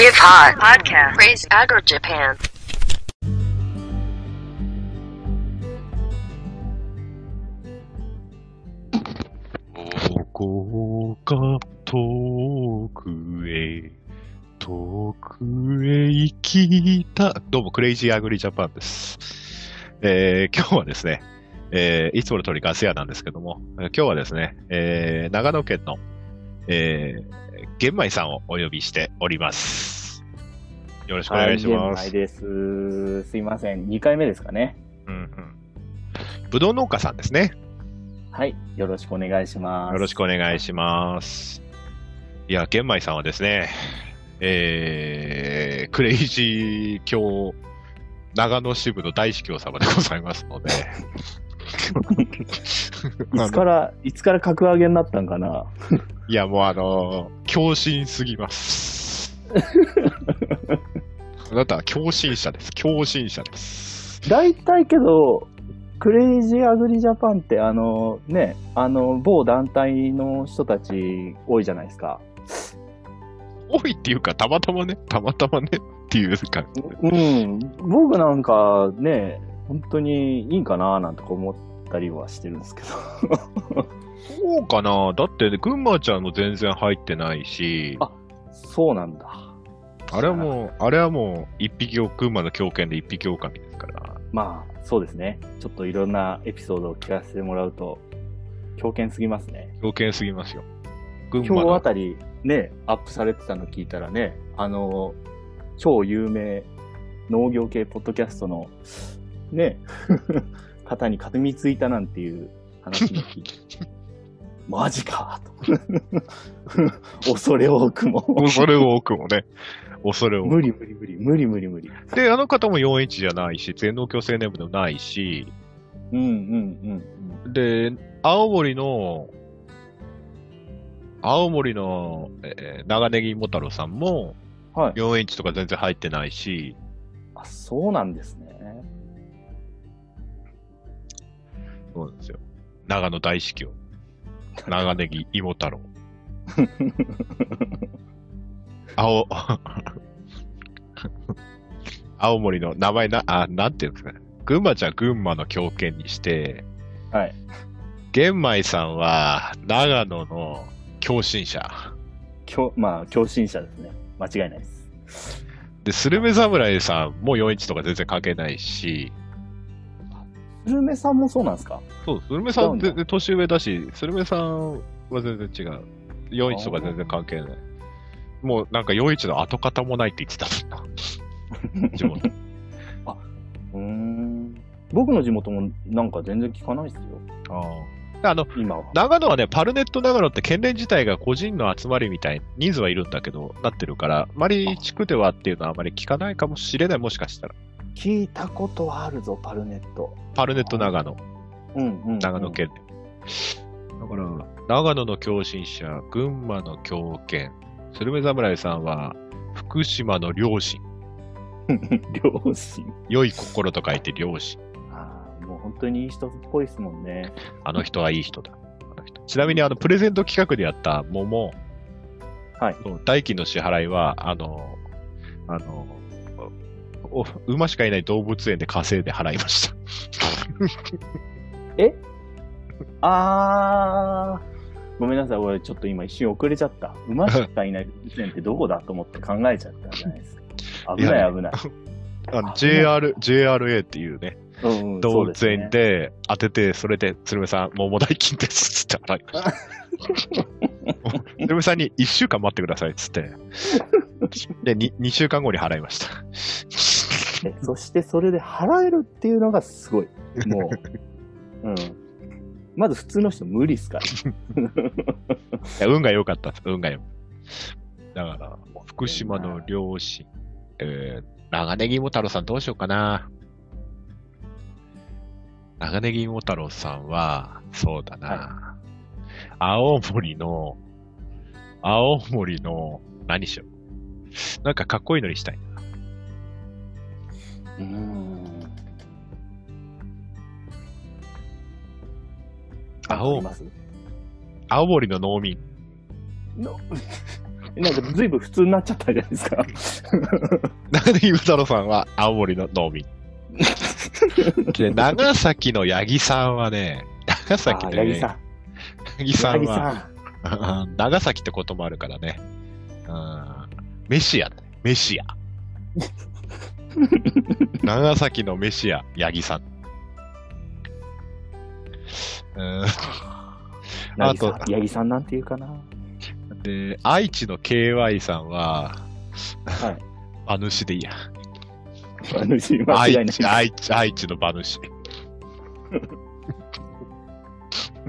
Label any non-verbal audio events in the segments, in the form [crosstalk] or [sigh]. Give Hot Podcast. Praise Agro Japan. どこか遠くへ、遠くへ行きた。どうも、クレイジーアグリジャパンです。えー今日はですね、えーいつもの通りガス屋なんですけども、えー今日はですね、えー長野県の、えー、玄米さんをお呼びしております。よろしくお願いします。はい、玄米です。すいません。2回目ですかね。うんうん。ぶどう農家さんですね。はい。よろしくお願いします。よろしくお願いします。いや、玄米さんはですね、えー、クレイジー教、長野支部の大司教様でございますの [laughs] で、いつから、いつから格上げになったんかないや、もうあのー、狂信すぎます。あなたは狂信者です。狂信者です。大体けど、クレイジーアグリジャパンって、あの、ね、あの、某団体の人たち多いじゃないですか。多いっていうか、たまたまね、たまたまねっていう感じで。うん。僕なんかね、本当にいいんかななんとか思ったりはしてるんですけど。 [laughs] そうかなだって、群馬ちゃんの全然入ってないし、そうなんだ。あれはもう、あれはもう、一匹を馬の狂犬で一匹狼ですから。まあ、そうですね。ちょっといろんなエピソードを聞かせてもらうと、狂犬すぎますね。狂犬すぎますよ。群馬今日あの。たりね、アップされてたの聞いたらね、あの、超有名農業系ポッドキャストの、 [laughs] ね、方にかみついたなんていう話も聞いて、 [laughs] マジかと。恐れ多くも。恐れ多くもね。 [laughs] 恐れ多く。 [laughs] 無理無理無理、無理無理無理。で、あの方も41じゃないし、全農協青年部でもないし、うんうんで、青森の、青森の、えー長ネギもたろさんも、うん。はい。 4インチとか全然入ってないし、あ、そうなんです [laughs] ね。そうなんですよ。長野大司教。長ネギ、芋太郎。青、青森の名前な、あ、なんていうんですかね。群馬じゃ群馬の狂犬にして、はい。玄米さんは長野の狂信者。強まあ、狂信者ですね。間違いないです。で、スルメ侍さんも4インチとか全然関係ないし、スルメさんもそうなんですかそう、スルメさん違う全ん然年上だし、スルメさんは全然違う。4インチとか全然関係ない。もうなんか4インチの跡形もないって言ってたもん [laughs] な。地元。うーん。僕の地元もなんか全然聞かないですよ、であの、今は。長野はね、パルネット長野って県連自体が個人の集まりみたい、人数はいるんだけど、なってるから、あまり地区ではっていうのはあまり聞かないかもしれない、もしかしたら。聞いたことはあるぞ、パルネット。パルネット長野、うんうん、長野。県だから、長野の狂信者、群馬の狂犬、スルメ侍さんは、福島の良心、両親。良い心と書いて良心。ああ、もう本当にいい人っぽいですもんね。あの人はいい人だ。あの人ちなみに、あの、プレゼント企画でやった桃、はい。の代金の支払いは、あの、あの、お馬しかいない動物園で稼いで払いました。あー、ごめんなさい、俺ちょっと今一瞬遅れちゃった。馬しかいない動物園ってどこだと思って考えちゃったじゃないです [laughs] か。危いなやい危ない。あの JR、JRA っていうね、うんうん動そうす物ね園で当てて、それで、鶴瓶さん、桃代金ですっつって払いま [laughs] した。鶴瓶さんに1週間待ってくださいっつって。で2、2週間後に払いました。え [laughs] そしてそれで払えるっていうのがすごい。もう。うん。まず普通の人無理っすから。いや運が良かったです。運が良かった。だから、福島の両親、えー、長ネギモ太郎さんどうしようかな。長ネギモ太郎さんは、そうだな。青森の、青森の、何しよう。なんかかっこいいのにしたい。うん。青います青森の農民。の [laughs] なんか随分普通になっちゃったじゃないですか。長ネギモ太郎さんは青森の農民。で、長崎の八木さんはね、長崎あのー八木さん。八木さん八木は、さん。あー長崎ってこともあるからね。うんメシアだね。メシ [laughs] ア。長崎のメシア、八木さん。うんあ八木さと、ん八木さんなんていうかな。で、愛知の KY さんは、はい。馬主でいいや。あの、間違愛いない知、。愛知、愛知の馬主。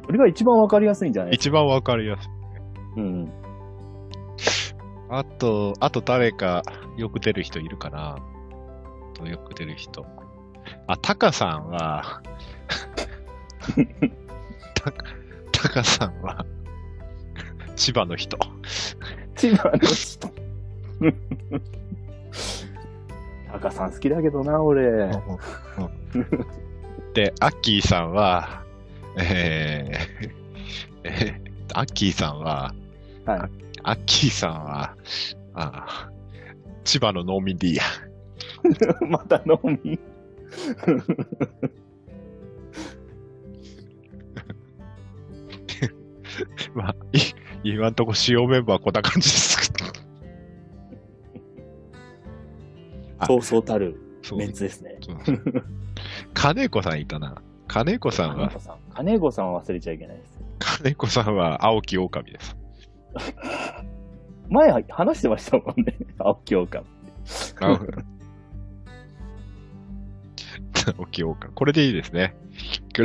これが一番わかりやすいんじゃない一番わかりやすい。うん。あと、あと誰か、よく出る人いるかなとよく出る人。あ、タカさん [laughs] は、タカ、タカさんは、千葉の人。千葉の人。タカさん好きだけどな、俺。で、アッキーさんは、えー、えーアッキーさんは、はいアッキーさんは、あー千葉の農民でいいや。 [laughs] また飲み。まあ、い [laughs] 今んとこ主要メンバーこんな感じです。あそうそうたるそうメンツですね。金子さんいたな。金子さん金は子、さん。金子さんは忘れちゃいけないです。金子さんは青木狼 [laughs] です。前は話してましたもんね。 [laughs] 青 [laughs] 木王冠。青木狼。これでいいですね。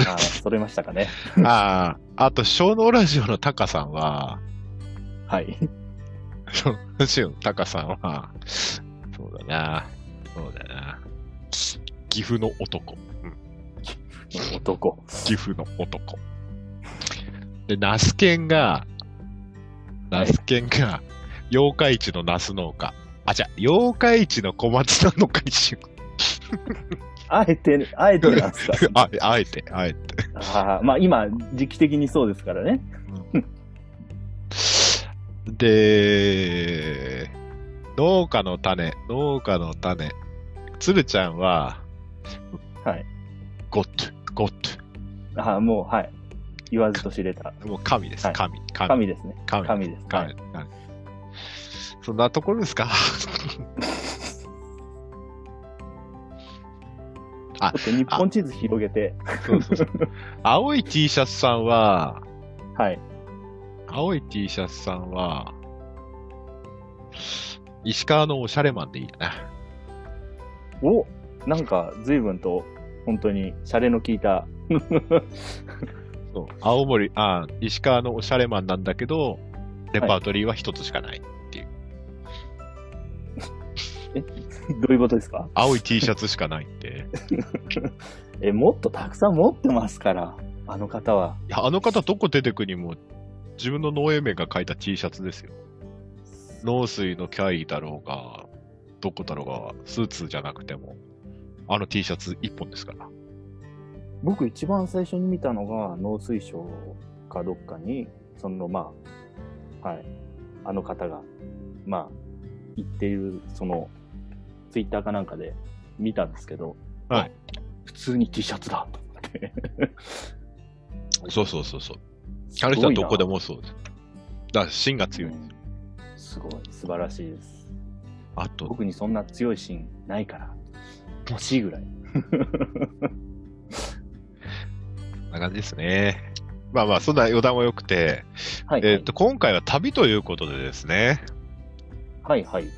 ああ、それましたかね。ああ、あと、小脳ラジオのタカさんは、 [laughs] はい。小脳ラジオのタカさんは、そうだな。そうだな。岐阜の男。男。岐阜の男。で、ナスケンが、ナスケンが、八日市のナス農家。あ、じゃあ、八日市の小松菜農家にしよう。あえて、あえてなん [laughs] ですか。あ、あえて、あえて。ああまあ今、時期的にそうですからね。で、農家の種、農家の種。鶴ちゃんは、はい。ゴッド、ゴッああもう、はい。言わずと知れた。ド。もう神です、はい神、神。神ですね。神神です神神そんなところですかあちょっと日本地図広げて、そうそうそう青い T シャツさんは、 [laughs] はい。青い T シャツさんは、石川のおしゃれマンでいいな。おなんか、随分と、本当に、シャレの効いた。 [laughs] そう。青森、あ石川のおしゃれマンなんだけど、レパートリーは一つしかない。どういうことですか青い T シャツしかない [laughs] って。え、もっとたくさん持ってますから、あの方は。いや、あの方どこ出てくにも、自分の農園名が書いた T シャツですよ。農水のキャイだろうが、どこだろうが、スーツじゃなくても、あの T シャツ一本ですから。僕一番最初に見たのが、農水省かどっかに、その、まあ、はい。あの方が、まあ、言っている、その、ツイッターかなんかで見たんですけど、はい。普通に T シャツだと思って。そうそうそうそう。 [laughs] あの人はどこでももそうです。だから芯が強い。すごい、素晴らしいです。あと、僕にそんな強いシーンないから、欲しいぐらい。こんな感じですね。まあまあ、そんな余談は良くて、はい、えっと、今回は旅ということでですね。はい、はい。い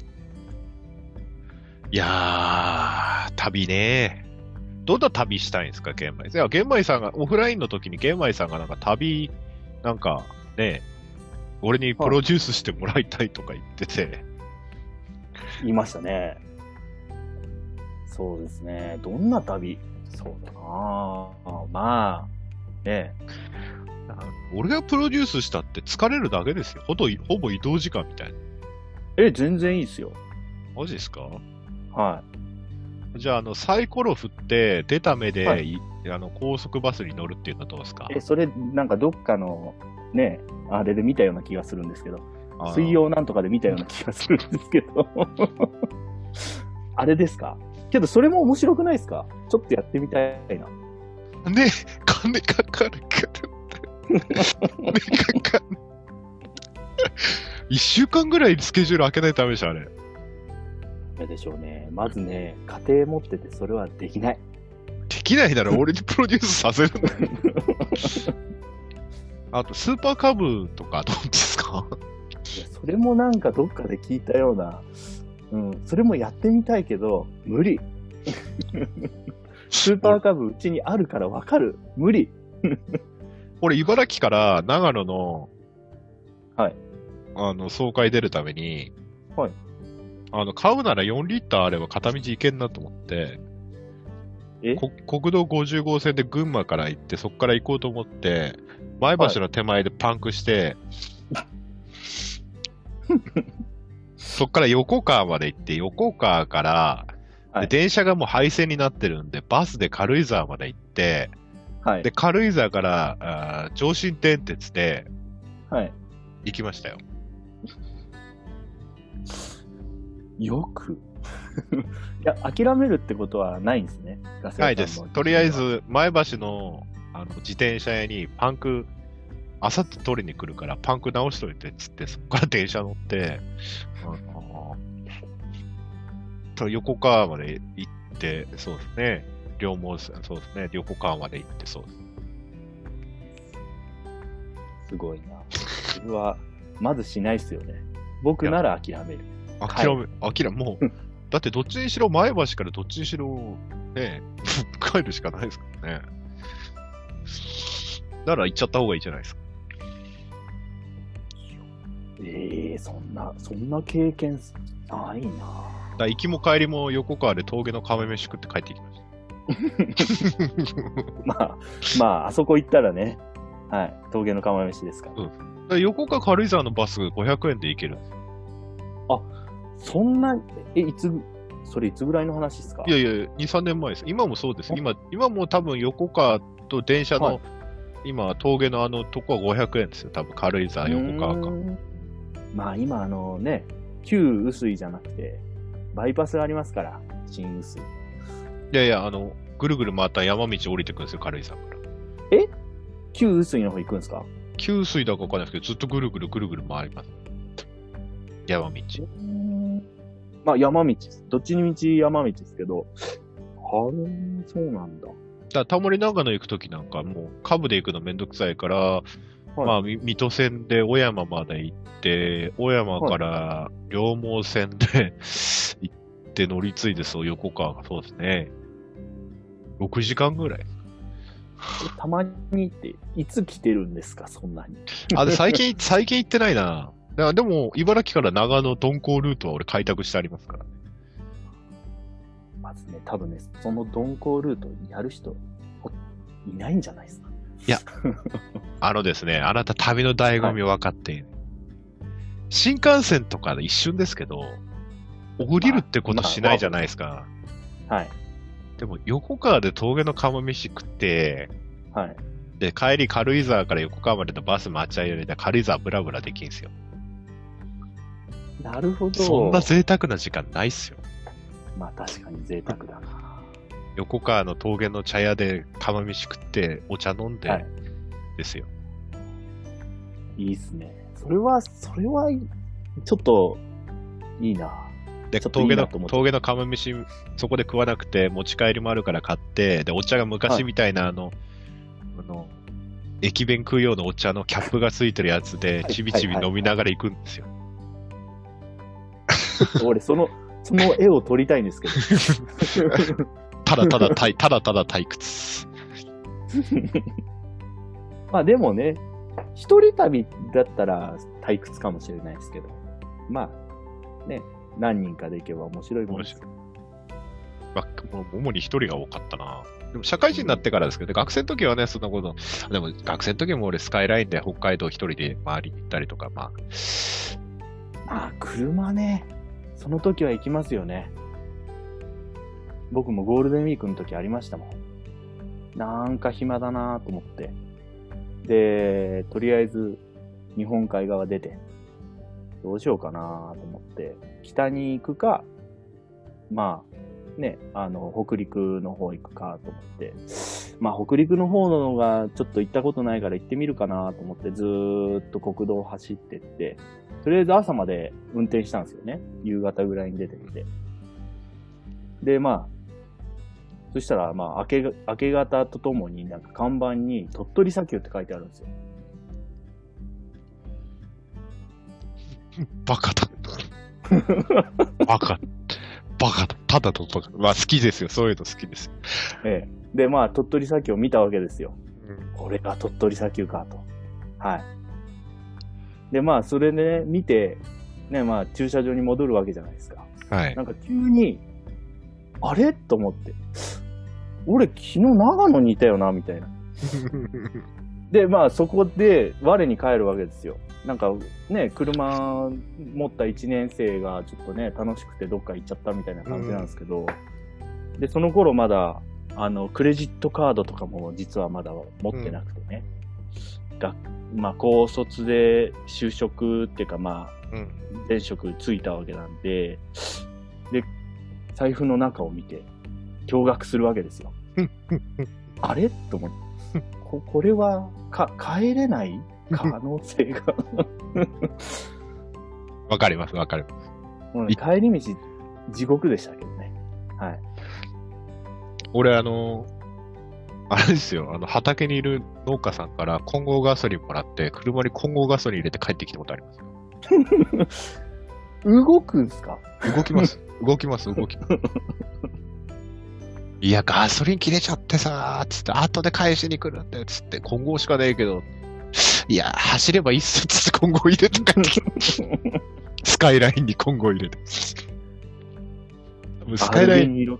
やー、旅ね。どんな旅したいんですか、玄米さん。いや、玄米さんが、オフラインの時に玄米さんがなんか旅、なんかね、俺にプロデュースしてもらいたいとか言ってて、言いましたね。そうですね。どんな旅そうだなあまあ、ね俺がプロデュースしたって疲れるだけですよ。ほとほぼ移動時間みたいな。え。え、全然いいですよ。マジですかはじゃあ、あの、サイコロ振って、出た目で、はいあの高速バスに乗るっていうのはどうですかい。え、それ、なんかどっかの、ね、あれで見たような気がするんですけど、あの水曜なんとかで見たような気がするんですけど。 [laughs] あれですかけど、それも面白くないですかちょっとやってみたいな。ね、金かかるから。金かかる。一週間ぐらいスケジュール開けないとダメでしょ、あれ。ダメでしょうね。まずね、家庭持っててそれはできない。できないな [laughs] ら俺にプロデュースさせるんだよ。あと、スーパーカブとかどうですかいやそれもなんかどっかで聞いたような、うん、それもやってみたいけど、無理。スーパーカブうちにあるからわかる。無理。俺、茨城から長野の、はい。あの、総会出るために、はい。あの、買うなら4リッターあれば片道行けんなと思って、えこ国道50号線で群馬から行って、そこから行こうと思って、前橋の手前でパンクして、そっから横川まで行って、横川から、ではい電車がもう廃線になってるんで、バスで軽井沢まで行って、はいで、。軽井沢から、あー上信電鉄ではい。行きましたよ。よ [laughs] く。いや、諦めるってことはないんですね。ガセはオいでさすんの。とりあえ。ず、前橋のあの自転車屋にパンク、あさって取りに来るからパンク直しといてっつって、そこから電車乗って、あのと横川まで行って、そうですね。両毛線、そうですね。横川まで行って、そうです。すごいな。それは、まずしないっすよね。僕なら諦める。諦め、諦め、もう、だってどっちにしろ前橋からどっちにしろ、ね、 [laughs] 帰るしかないですからね。なら行っちゃった方がいいじゃないですか。ええそんな、そんな経験すないな。だから行きも帰りも横川で峠の亀飯食って帰ってきました。まあ、まあ、あそこ行ったらね、はい、峠の釜飯ですから。だから横川軽井沢のバス500円で行けるんですよ。そんな、え、いつ、それいつぐらいの話ですかいやいや、2、3年前です。今もそうです。あ今、今も多分横川と電車の、はい今、峠のあのとこは500円ですよ。多分軽井沢、横川うか。ーんまあ今、あのね、旧薄いじゃなくて、バイパスがありますから、新薄い。いやいや、あの、ぐるぐる回った山道降りてくんですよ、軽井沢から。旧薄いの方行くんですか給水だかわかんないですけど、ずっとぐるぐるぐるぐる回ります。山道。まあ山道です。どっちに道山道ですけど、あれ、そうなんだ。だからタモリ長野行くときなんか、もう、カブで行くのめんどくさいから、まあ、み水戸線で小山まで行って、小山から両毛線で、 [laughs] 行って乗り継いで、そう、横川がそうですね。6時間ぐらい。たまにって、いつ来てるんですか、そんなに。あ、で、最近、最近行ってないな。だからでも、茨城から長野鈍行ルートは俺開拓してありますから。まずね、多分ね、その鈍行ルートやる人、ほいないんじゃないですか。あのですね、あなた旅の醍醐味分かっている。新幹線とかで一瞬ですけど、降りるってことしないじゃないですか。 [laughs] はい。でも、横川で峠の釜飯食って、はい。で、帰り軽井沢から横川までのバス待ち合いで軽井沢ブラブラできんすよ。なるほど。そんな贅沢な時間ないっすよ。まあ確かに贅沢だな。横川の峠の茶屋で釜飯食って、お茶飲んで、はいですよ。いいっすね。それは、それは、ちょっと、いいな。で、ちょっといい峠なの、と思って峠の釜飯、そこで食わなくて、持ち帰りもあるから買って、で、お茶が昔みたいな、あの、あの、駅弁食うようなお茶のキャップがついてるやつで、はいちびちびはいはい飲みながら行くんですよ。俺、その、その絵を撮りたいんですけど。ただただ [laughs] 退、ただただ退屈。まあでもね、一人旅だったら退屈かもしれないですけど、まあ、ね、何人かで行けば面白いもんですよ。まあ、もう主に一人が多かったな。でも社会人になってからですけど、学生の時はね、そんなこと、でも学生の時も俺スカイラインで北海道一人で回りに行ったりとか、まあ、まあ、車ね、その時は行きますよね。僕もゴールデンウィークの時ありましたもん。なんか暇だなぁと思って。で、とりあえず日本海側出て、どうしようかなぁと思って、北に行くか、まあ、ね、あの、北陸の方行くかと思って、まあ北陸の方のがちょっと行ったことないから行ってみるかなと思って、ずーっと国道を走ってって、とりあえず朝まで運転したんですよね。夕方ぐらいに出てきて。で、まあ、そしたら、まあ、明け、明け方とともに、なんか看板に、鳥取砂丘って書いてあるんですよ。バカだ。バカ。バカだ。ただのバカ。まあ好きですよ。そういうの好きですよ。ええ。で、まあ、鳥取砂丘を見たわけですよ。うんこれが鳥取砂丘かと。はい。で、まあ、それでね、見て、ね、まあ、駐車場に戻るわけじゃないですか。はい。なんか急に、あれと思って。俺、昨日長野にいたよな、みたいな。で、まあ、そこで、我に帰るわけですよ。なんか、ね、車持った1年生が、ちょっとね、楽しくてどっか行っちゃったみたいな感じなんですけど、で、その頃まだ、あの、クレジットカードとかも実はまだ持ってなくて [laughs] ね、学まあ、高卒で就職っていうか、まあ、うん。前職ついたわけなんで、で、財布の中を見て、驚愕するわ [laughs] けですよ。あれと思って。ここれは、か、帰れない可能性 [laughs] が。わかります、わかります。もうね帰り道、地獄でしたけどね。はい。俺、あの、あれですよ、あの、畑にいる農家さんから混合ガソリンもらって、車に混合ガソリン入れて帰ってきたことあります。動くんすか動きます。動きます、動きます。いや、ガソリン切れちゃってさー、つって、後で返しに来るんだよ、つって、混合しかねえけど、いや、走れば一切つって混合入れて帰ってきた。スカイラインに混合入れて。もうスカイライン、 RB26。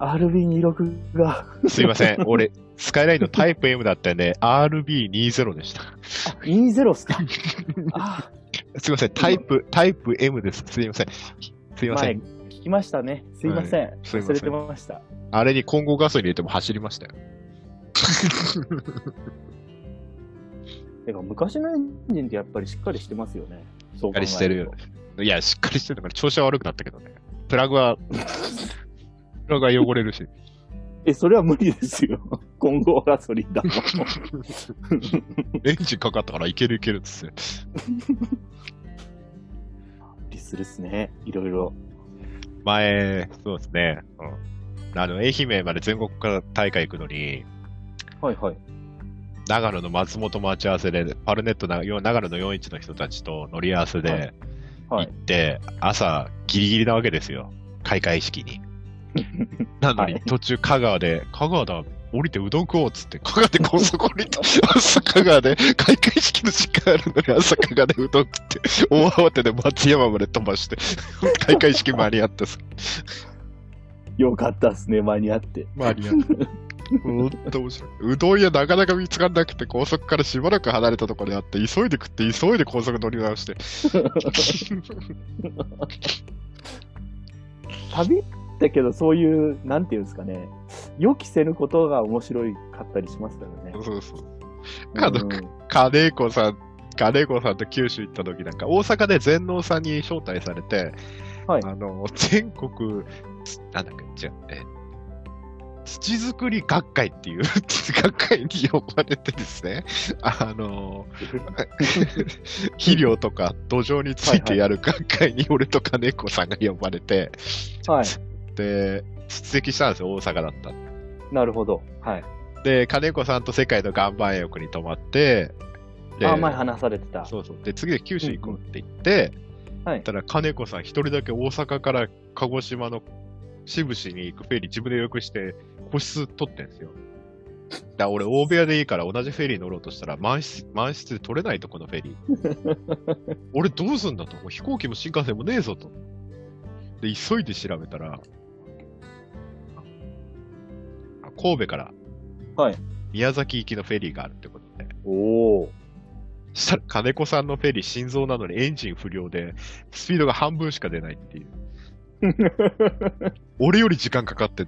RB26 が、すいません、俺、スカイラインのタイプ M だったんで、RB20 でした。 20っす [laughs] かあすいません、タイプ、タイプ M です。すいません。すいあ、ませ前、ん。聞きましたね。すいません。すいません忘れてました。あれに混合ガソリン入れても走りましたよ。てか、昔のエンジンってやっぱりしっかりしてますよね。そうっ考かえりしてるよといや、しっかりしてるから調子は悪くなったけどね。プラグは、プラグは汚れるし。 [laughs] え、それは無理ですよ。 [laughs] 混合ガソリンだもん。エンジンかかったからいけるいけるっつって。リスですね。いろいろ。前、そうですね。うん。あの、愛媛まで全国から大会行くのに、はいはい。長野の松本待ち合わせで、パルネットなよ長野の41の人たちと乗り合わせでは行っい。て、朝ギリギリなわけですよ。開会式に。なのはにい途中香川で、香川だ、降りてうどん食おうっつって、香川で高速降りて、朝香川で、開会式の時間あるのに朝香川でうどん食って、大慌てで松山まで飛ばして、開会式間に合ってさ、よかったっすね。間に合って。 [laughs] 間に合って。ほんと面白い。うどん屋なかなか見つからなくて、高速からしばらく離れたところであって、急いで食って、急いで高速乗り直して。旅だけど、そういう、なんていうんですかね。予期せぬことが面白かったりしますからね。そうそう。家族うん金子さん、金子さんと九州行った時なんか、大阪で全農さんに招待されて、はいあの、全国、つなんだっけ、違う、え、土作り学会っていう学会に呼ばれてですね、あ [laughs] の、肥料とか土壌についてやる学会に俺と金子さんが呼ばれて、はい。で、出席したんですよ、大阪だったんでなるほど。はい。で、金子さんと世界の岩盤浴に泊まって、であ、前話されてた。そうそう。で、次で九州行こうって言って、うんはいたら金子さん一人だけ大阪から鹿児島の渋々に行くフェリー自分で予約して、個室取ってんすよ。だから俺、大部屋でいいから同じフェリー乗ろうとしたら、満室、満室で取れないと、このフェリー。 [laughs] 俺どうすんだと。もう飛行機も新幹線もねえぞと。で、急いで調べたら、あ神戸から、はい宮崎行きのフェリーがあるってことで。おお。そしたら金子さんのフェリー心臓なのにエンジン不良で、スピードが半分しか出ないっていう。 [laughs] 俺より時間かかって。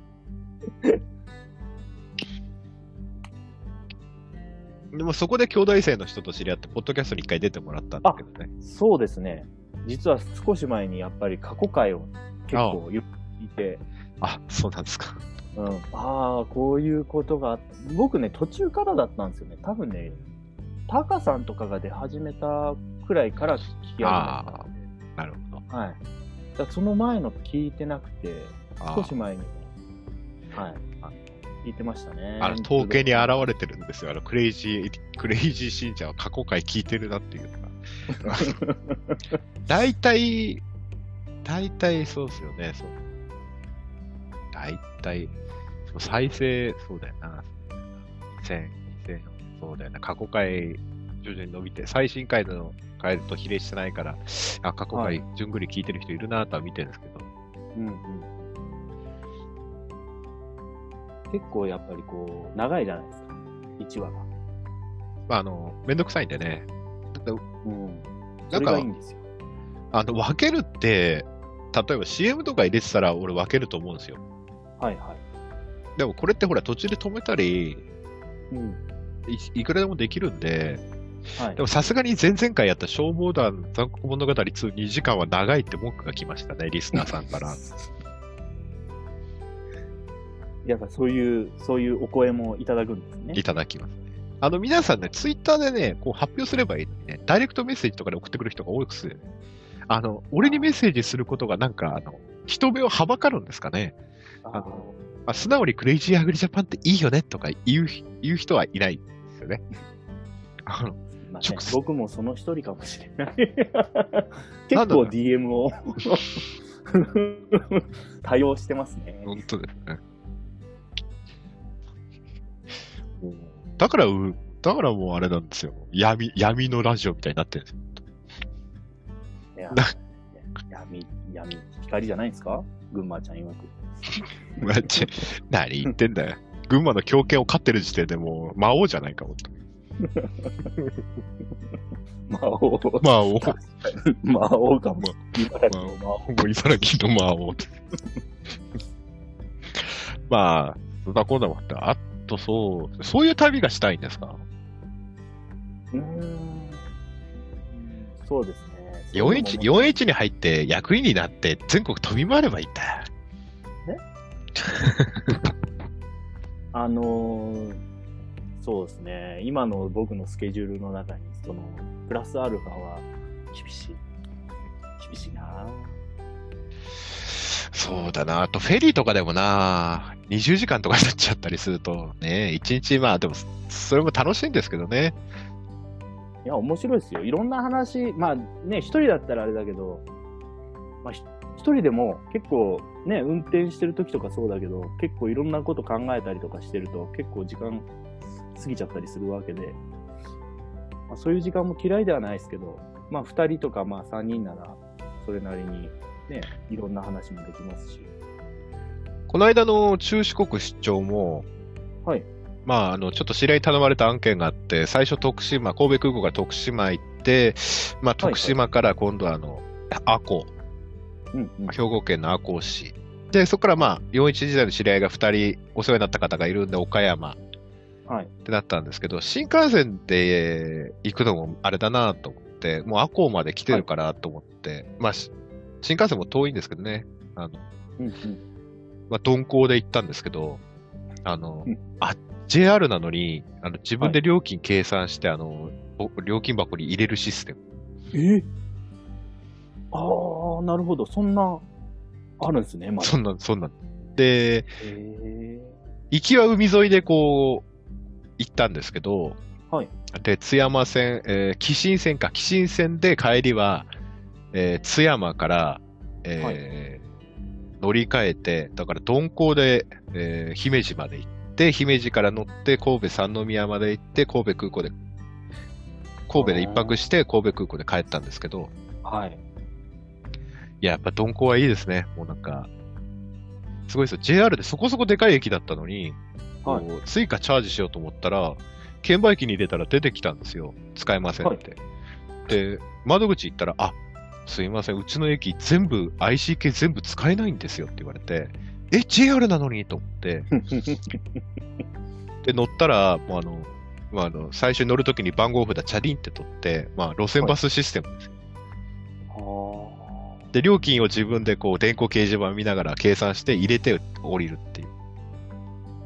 でもそこで兄弟生の人と知り合って、ポッドキャストに一回出てもらったんだけどね。そうですね。実は少し前にやっぱり過去回を結構言って、あ、そうなんですか。うん、ああ、こういうことが、僕ね、途中からだったんですよね。多分ね、タカさんとかが出始めたくらいから聞き始めたんで。なるほど。はい。だからその前の聞いてなくて、あ少しー前に、はい、あ聞いてましたね。あの、統計に現れてるんですよ。あの、クレイジー、クレイジー信者は過去回聞いてるなっていう [laughs] のが。大体、大体そうですよね、そう。大体、そう再生、そうだよな。2000、2000、そうだよな。過去回、徐々に伸びて、最新回の回と比例してないから、あ、過去は回い、じゅんぐり聞いてる人いるなとは見てるんですけど、うんうん。結構やっぱりこう、長いじゃないですか。1話が。まあ、あの、めんどくさいんでね。だってうん。なそんれかがいい、んですよ。あの、分けるって、例えば CM とか入れてたら俺分けると思うんですよ。はいはい。でもこれってほら途中で止めたり、うん。いいくらでもできるんで、はいで。もさすがに前々回やった消防団残酷物語22時間は長いって文句が来ましたね、リスナーさんから。やっぱそういう、そういうお声もいただくんですね。いただきますね。あの皆さんね、ツイッターでね、こう発表すればいいのにね、ダイレクトメッセージとかで送ってくる人が多くて、ね、あの、俺にメッセージすることがなんか、あの、人目をはばかるんですかね。ああのまあ、素直にクレイジーアグリジャパンっていいよねとか言う言う人はいないですよね。あのまあね直接僕もその一人かもしれ [laughs] なない。結んだろ構う DM [laughs] を多用してますね。本当ですね。だからう、だからもうあれなんですよ。闇、闇のラジオみたいになってるんですよ。いやな闇、闇、光じゃないですか群馬ちゃん曰く。マジ何言ってんだよ。群馬の狂犬を飼ってる時点でもう魔王じゃないか、も魔王。魔王。魔王かも。茨城の魔王。もう茨城の魔王って。 [laughs] まあ、そんなこんなもあって、あとそう、そういう旅がしたいんですかうーん。そうですね。 4H, 4H に入って役員になって全国飛び回ればいいんだよ。あのーそうですね。今の僕のスケジュールの中に、その、プラスアルファは厳しい。厳しいなそうだな。あと、フェリーとかでもな、20時間とかになっちゃったりすると、ね、1日、まあ、でも、それも楽しいんですけどね。いや、面白いですよ。いろんな話、まあね、一人だったらあれだけど、まあひ一人でも結構ね、運転してる時とかそうだけど、結構いろんなこと考えたりとかしてると、結構時間過ぎちゃったりするわけで、まあ、そういう時間も嫌いではないですけど、まあ二人とかまあ三人なら、それなりにね、いろんな話もできますし。この間の中四国出張も、はい。まあ、あの、ちょっと知り合いに頼まれた案件があって、最初徳島、神戸空港から徳島行って、まあ、はいはい徳島から今度はあの、阿古、うんうん。兵庫県の赤穂市。で、そこからまあ、41時代の知り合いが2人お世話になった方がいるんで、岡山っはい。てなったんですけど、新幹線で行くのもあれだなと思って、もう赤穂まで来てるからと思って、まあ、し新幹線も遠いんですけどね、あの、うんうん。まあ、鈍行で行ったんですけど、あのうん、あ、JR なのに、あの、自分で料金計算して、あの、お料金箱に入れるシステム。えああ、なるほど。そんな、あるんですね、まだそ。んな、そんな。で、へ行きは海沿いでこう、行ったんですけど、はい。で、津山線、えー、紀新線か、紀新線で帰りは、えー津山から、えー乗り換えて、だから鈍行で、えー姫路まで行って、姫路から乗って神戸三宮まで行って、神戸空港で、神戸で一泊して神戸空港で帰ったんですけど、 [laughs] はい。いや、やっぱ鈍行はいいですね。もうなんか、すごいですよ。JR でそこそこでかい駅だったのに、はいこう追加チャージしようと思ったら、券売機に出たら出てきたんですよ。使えませんって。で、窓口行ったら、あ、すいません、うちの駅全部、IC 系全部使えないんですよって言われて、え、JR なのにと思 [laughs] って、で、乗ったら、もうあの、まあ、あの最初に乗るときに番号札チャリンって取って、まあ、路線バスシステムですよ。あで、料金を自分でこう、電光掲示板見ながら計算して入れて降りるっていう。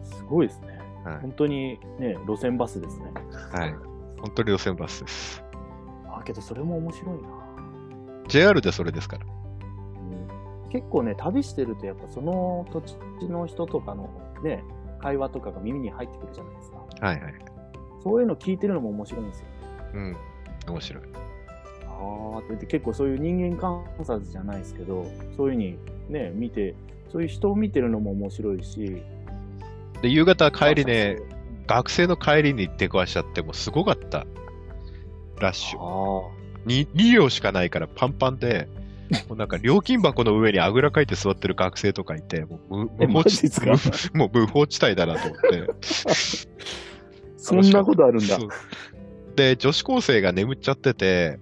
あ、すごいですね。はい本当にね、路線バスですね。はい。本当に路線バスです。あ、けどそれも面白いな。 JR でそれですから。うん結構ね、旅してると、やっぱその土地の人とかのね、会話とかが耳に入ってくるじゃないですか。はいはい。そういうの聞いてるのも面白いんですよ。うん。面白い。ああ、で結構そういう人間観察じゃないですけど、そういうふうにね、見て、そういう人を見てるのも面白いし。で、夕方帰りね、観察する。学生の帰りに出くわしちゃって、もうすごかった。ラッシュ。あに2両しかないからパンパンで、もうなんか料金箱の上にあぐらかいて座ってる学生とかいて、もう無え無法地マジっすかもう無法地帯だなと思って。あ、そんなことあるんだそ。うで、女子高生が眠っちゃってて、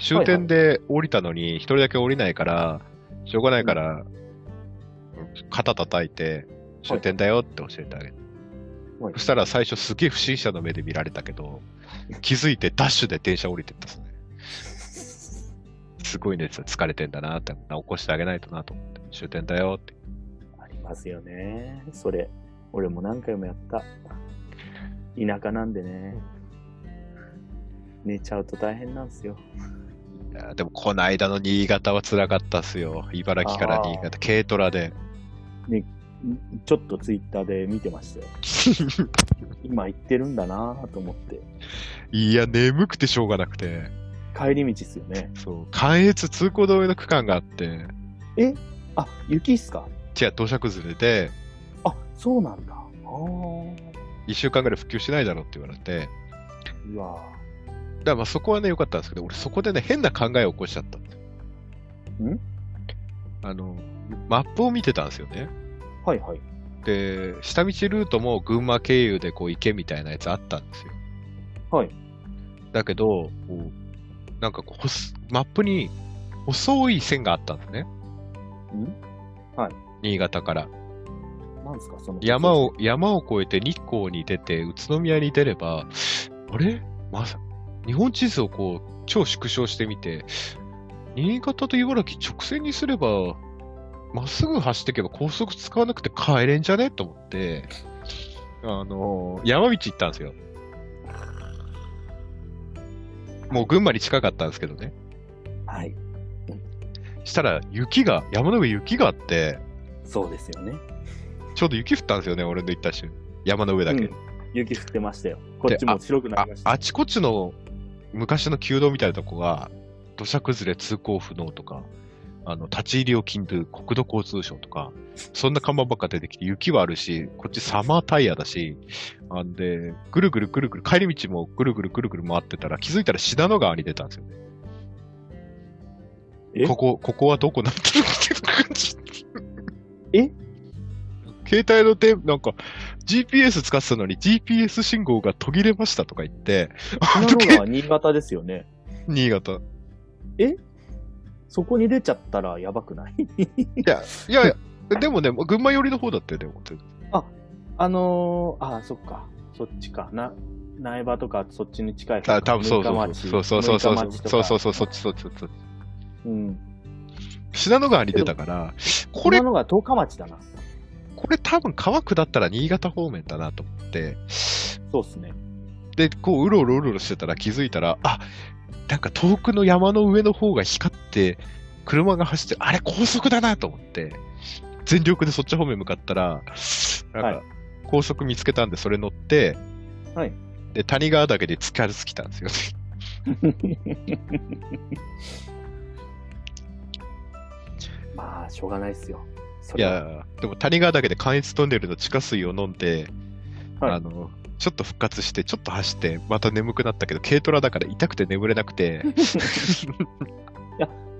終点で降りたのに、一人だけ降りないから、しょうがないから、肩叩いて、終点だよって教えてあげる。はいそしたら最初すげえ不審者の目で見られたけど、気づいてダッシュで電車降りてったっすね。すごいね、疲れてんだなって、起こしてあげないとなと思って、終点だよって。ありますよね。それ。俺も何回もやった。田舎なんでね。寝ちゃうと大変なんですよ。いやーでもこの間の新潟は辛かったっすよ。茨城から新潟、軽トラで。ちょっとツイッターで見てましたよ。今行ってるんだなぁと思って。いや、眠くてしょうがなくて。帰り道っすよね。そう、関越通行止めの区間があって、あ、雪っすか違う、土砂崩れで、あ、そうなんだ。ああ。 1週間ぐらい復旧しないだろうって言われて、うわだからまあそこはね、良かったんですけど、俺そこでね、変な考えを起こしちゃったんですよ。んあの、マップを見てたんですよね。ぁはいはい。で、下道ルートも群馬経由でこう行けみたいなやつあったんですよ。はい。だけど、こうなんかこうほす、マップに細い線があったんですね。ん新潟から。なんですかその。山。を、山を越えて日光に出て、宇都宮に出れば、あれまさ、日本地図をこう、超縮小してみて、新潟と茨城直線にすれば、まっすぐ走っていけば高速使わなくて帰れんじゃねと思って、あのー山道行ったんですよ。もう群馬に近かったんですけどね。はい。したら雪が、山の上雪があって、そうですよね。ちょうど雪降ったんですよね、俺の行った瞬。山の上だけ。うん雪降ってましたよ。こっちも白くなありました。あちこちの昔の旧道みたいなとこが、土砂崩れ通行不能とか、あの、立ち入りを禁ず国土交通省とか、そんな看板ばっか出てきて、雪はあるし、こっちサマータイヤだし、あんで、ぐるぐるぐるぐる、帰り道もぐるぐるぐるぐる回ってたら、気づいたら信濃川に出たんですよね。えここ、ここはどこなってるっていう感じ。え携帯の手、なんか、GPS 使ってたのに GPS 信号が途切れましたとか言って、あの長野は新潟ですよね。新潟。そこに出ちゃったらやばくないいや、いやいや、でもね、群馬寄りの方だったよね、本当に。あのー、あー、そっか。そっちか。な、苗場とかそっちに近い方たか。。多分そうそうそうそうそうそうそうそううそうそうそっちそっちそっちそっちうん。信濃川に出たから、ここれれ、のが十日町だな。これ多分川下ったら新潟方面だなと思って、そうっすね。で、こう、うろうろうろうろしてたら気づいたら、あ、なんか遠くの山の上の方が光って、車が走って、あれ高速だなと思って、全力でそっち方面向かったら、なんはいか、高速見つけたんで、それ乗って、はい。で、谷川岳で疲れつきたんですよね。まあ、しょうがないっすよ。[laughs] そいれはやー、でも谷川岳で関越トンネルの地下水を飲んで、はいあの、ちょっと復活して、ちょっと走って、また眠くなったけど、軽トラだから痛くて眠れなくて、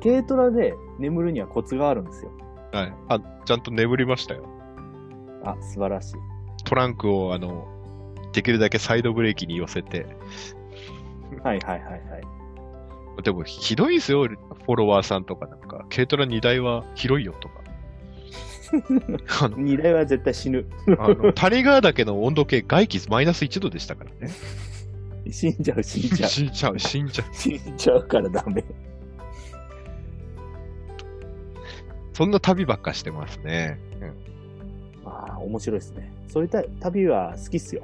軽トラで眠るにはコツがあるんですよ。はい、あちゃんと眠りましたよ。あ、素晴らしい。トランクを、あの、できるだけサイドブレーキに寄せて、はいはいはいはい。でもひどいですよ、フォロワーさんとかなんか、軽トラ荷台は広いよとか。 [laughs] あの荷台は絶対死ぬ。あの、谷川岳の温度計、外気マイナス1度でしたからね。死んじゃう死んじ [laughs] ゃう。死んじゃう、死んじゃう。死んじゃうからダメ。そんな旅ばっかしてますね。うんああ、面白いですね。そういった旅は好きっすよ。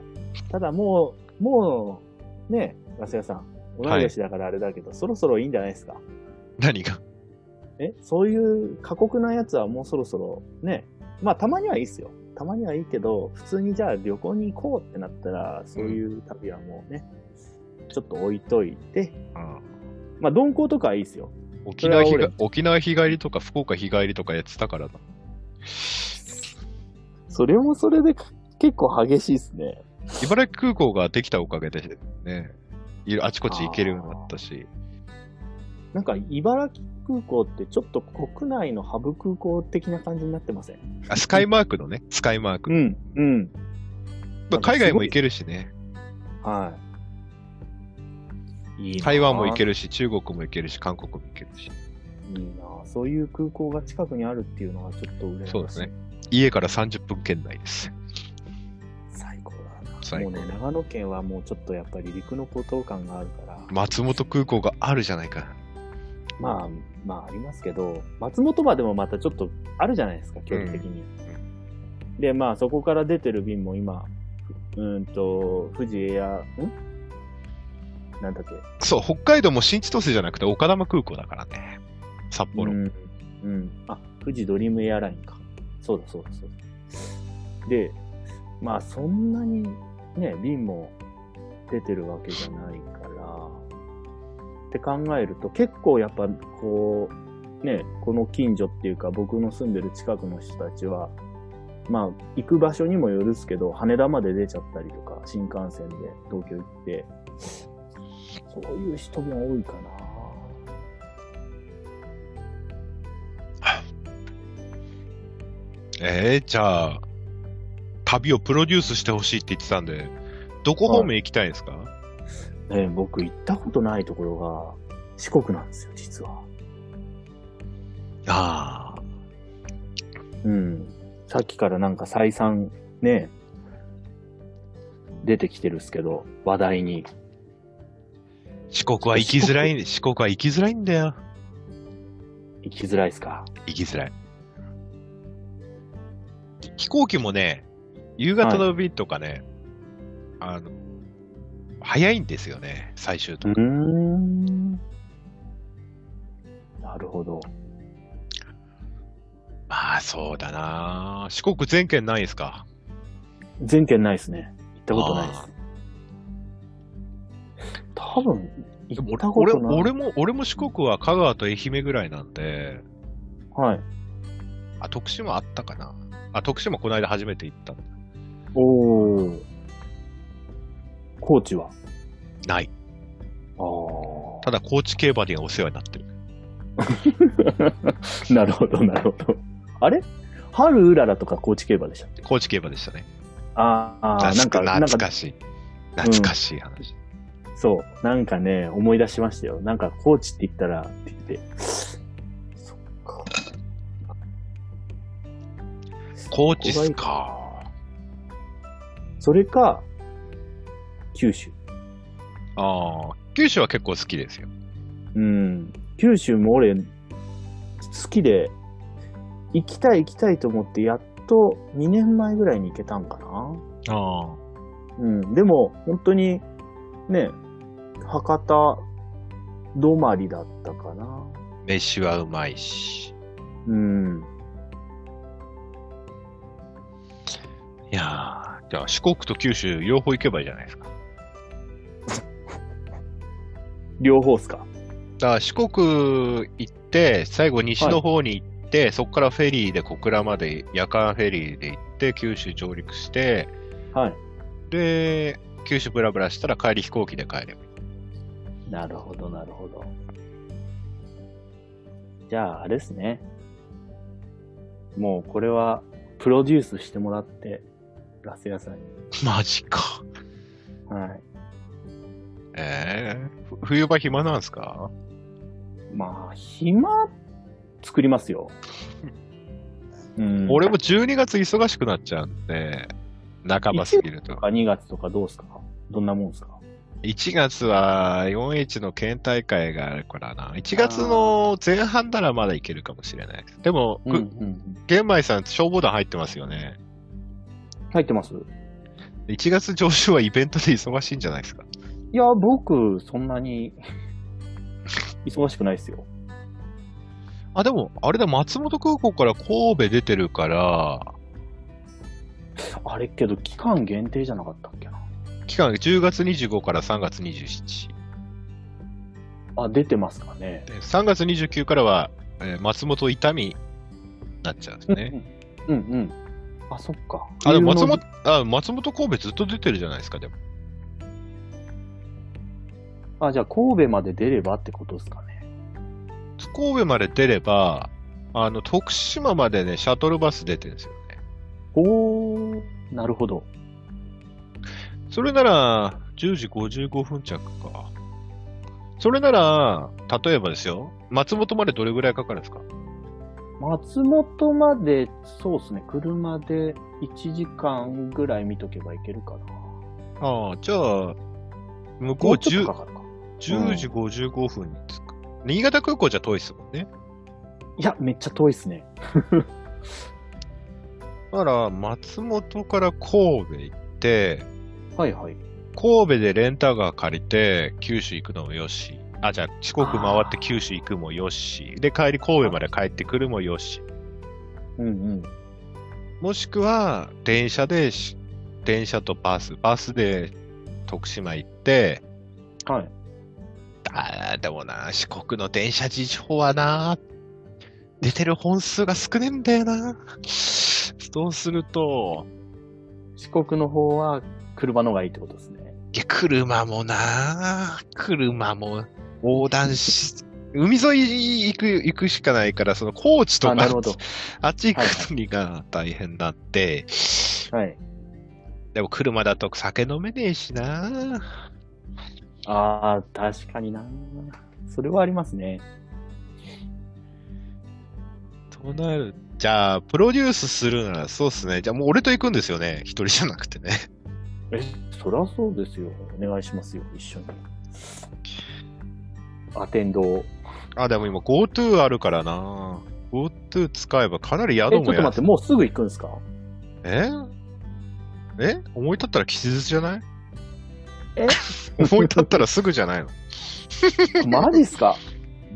ただもう、もう、ね、ガス屋さん、同い年だからあれだけど、そろそろいいんじゃないですか。何がえ、そういう過酷なやつはもうそろそろ、ね、まあたまにはいいっすよ。たまにはいいけど、普通にじゃあ旅行に行こうってなったら、そういう旅はもうね、ちょっと置いといて、まあ鈍行とかはいいっすよ。沖縄日それがは沖縄日帰りとか福岡日帰りとかやってたからな。それもそれで結構激しいっすね。茨城空港ができたおかげでね、いろあちこち行けるようになったし、なんか茨城空港ってちょっと国内のハブ空港的な感じになってませんあスカイマークのね、スカイマーク。ん、うん。まあ海外も行けるしね、はい。いいな台湾も行けるし、中国も行けるし、韓国も行けるし、いいなそういう空港が近くにあるっていうのはちょっと羨ましい。そうですね。家から30分圏内です。最高だな。最も高うね、長野県はもうちょっとやっぱり陸の孤島感があるから、松本空港があるじゃないか。まあ、まあありますけど、松本までもまたちょっとあるじゃないですか、距離的に。で、まあそこから出てる便も今、うーんと、富士エア、んなんだっけそう、北海道も新千歳じゃなくて岡玉空港だからね。札幌。うん。うん。あ、富士ドリームエアラインか。そうだそうだそうだ。で、まあそんなにね、便も出てるわけじゃないから、って考えると結構やっぱこう、ね、この近所っていうか僕の住んでる近くの人たちは、まあ行く場所にもよるっすけど、羽田まで出ちゃったりとか、新幹線で東京行って、そういう人も多いかな。えー、じゃあ、旅をプロデュースしてほしいって言ってたんで、どこ方面行きたいんですか、ね、僕行ったことないところが四国なんですよ、実は。ああ。うん。さっきからなんか再三ね、出てきてるっすけど、話題に。四国は行きづらい、四国は行きづらいんだよ。行きづらいっすか。行きづらい。飛行機もね、夕方の便とかね、あの、早いんですよね、最終とか。ん。なるほど。まあ、そうだな四国全県ないですか全県ないっすね。行ったことないっす。多分、で行もったこ俺とない。俺も、俺も四国は香川と愛媛ぐらいなんで、はい。あ、徳島あったかなあ、徳島この間初めて行ったの。おー。高知はない。あー。ただ高知競馬にはお世話になってる。 [laughs] なるほど、なるほど。あれ春うららとか高知競馬でしたっけ高知競馬でしたね。あーあー、なんか、懐かなん懐かか、しい。懐かしい話。そう、なんかね、思い出しましたよ。なんか高知って言ったら、って言って。そっか。高知っすか。それか、九州。ああ。九州は結構好きですよ。うん。九州も俺、好きで、行きたい行きたいと思って、やっと2年前ぐらいに行けたんかな。ああ。うん、でも、本当に、ね、博多止まりだったかな。飯はうまいし。うん。いやーじゃあ四国と九州両方行けばいいじゃないですか。両方っすか。だから四国行って、最後西の方に行って、て、そこからフェリーで小倉まで、夜間フェリーで行って、九州上陸して、はい。で、九州ブラブラしたら帰り飛行機で帰ればいい。なるほど、なるほど。じゃあ、あれですね。もうこれは、プロデュースしてもらって、ガス屋さんに。マジか。はい。ええふ冬場暇なんすかまあ、暇、作ります [laughs] よ。うん。俺も12月忙しくなっちゃうんで、半ば過ぎるとと。か2月とかどうすかどんなもんすか1月は 4H の県大会があるからな。1月の前半ならまだいけるかもしれない。でも、うん、うぐん。玄米さん消防団入ってますよね。入ってます1月上昇はイベントで忙しいんじゃないですか。いや、僕、そんなに、 [laughs] 忙しくないですよ。あ、でも、あれだ、松本空港から神戸出てるから、あれけど、期間限定じゃなかったっけな。期間10月25から3月27。あ、出てますかね。で3月29からは、えー松本痛みになっちゃうんですね。うんうん。あ、そっか。あ、でも松冬の本、あ、松本神戸ずっと出てるじゃないですか、でも。あ、じゃあ神戸まで出ればってことですかね。神戸まで出れば、あの、徳島までね、シャトルバス出てるんですよね。おー、なるほど。それなら、10時55分着か。それなら、例えばですよ、松本までどれぐらいかかるんですか松本まで、そうですね、車で1時間ぐらい見とけばいけるかな。ああ、じゃあ、向こうもうちょっと10かかるか。 10時55分に着く。新潟空港じゃ遠いですもんね。いや、めっちゃ遠いっすね。だから、松本から神戸行って、はいはい。神戸でレンタカー借りて、九州行くのもよし。あ、じゃあ、四国回って九州行くもよし。で、帰り神戸まで帰ってくるもよし。うんうん。もしくは、電車でし、電車とバス、バスで徳島行って、はい。あーでもな、四国の電車事情はな、出てる本数が少ねえんだよな。そうすると、四国の方は車の方がいいってことですね。いや、車もな、車も横断し、海沿い行く、行くしかないから、その高知とか、あ、なるほど。 [laughs] あっち行くのにが大変なんで、はい。でも車だと酒飲めねえしな。ああ、確かにな。それはありますね。となる。じゃあ、プロデュースするなら、そうっすね。じゃあもう俺と行くんですよね。一人じゃなくてね。え、そりゃそうですよ。お願いしますよ、一緒に。アテンドを。あ、でも今 GoTo あるからな。GoTo 使えばかなりえ、宿ちょっもと待って、もうすぐ行くんですかええ思い立ったら吉日じゃないえ [laughs] 思い立ったらすぐじゃないのマジっ [laughs] すか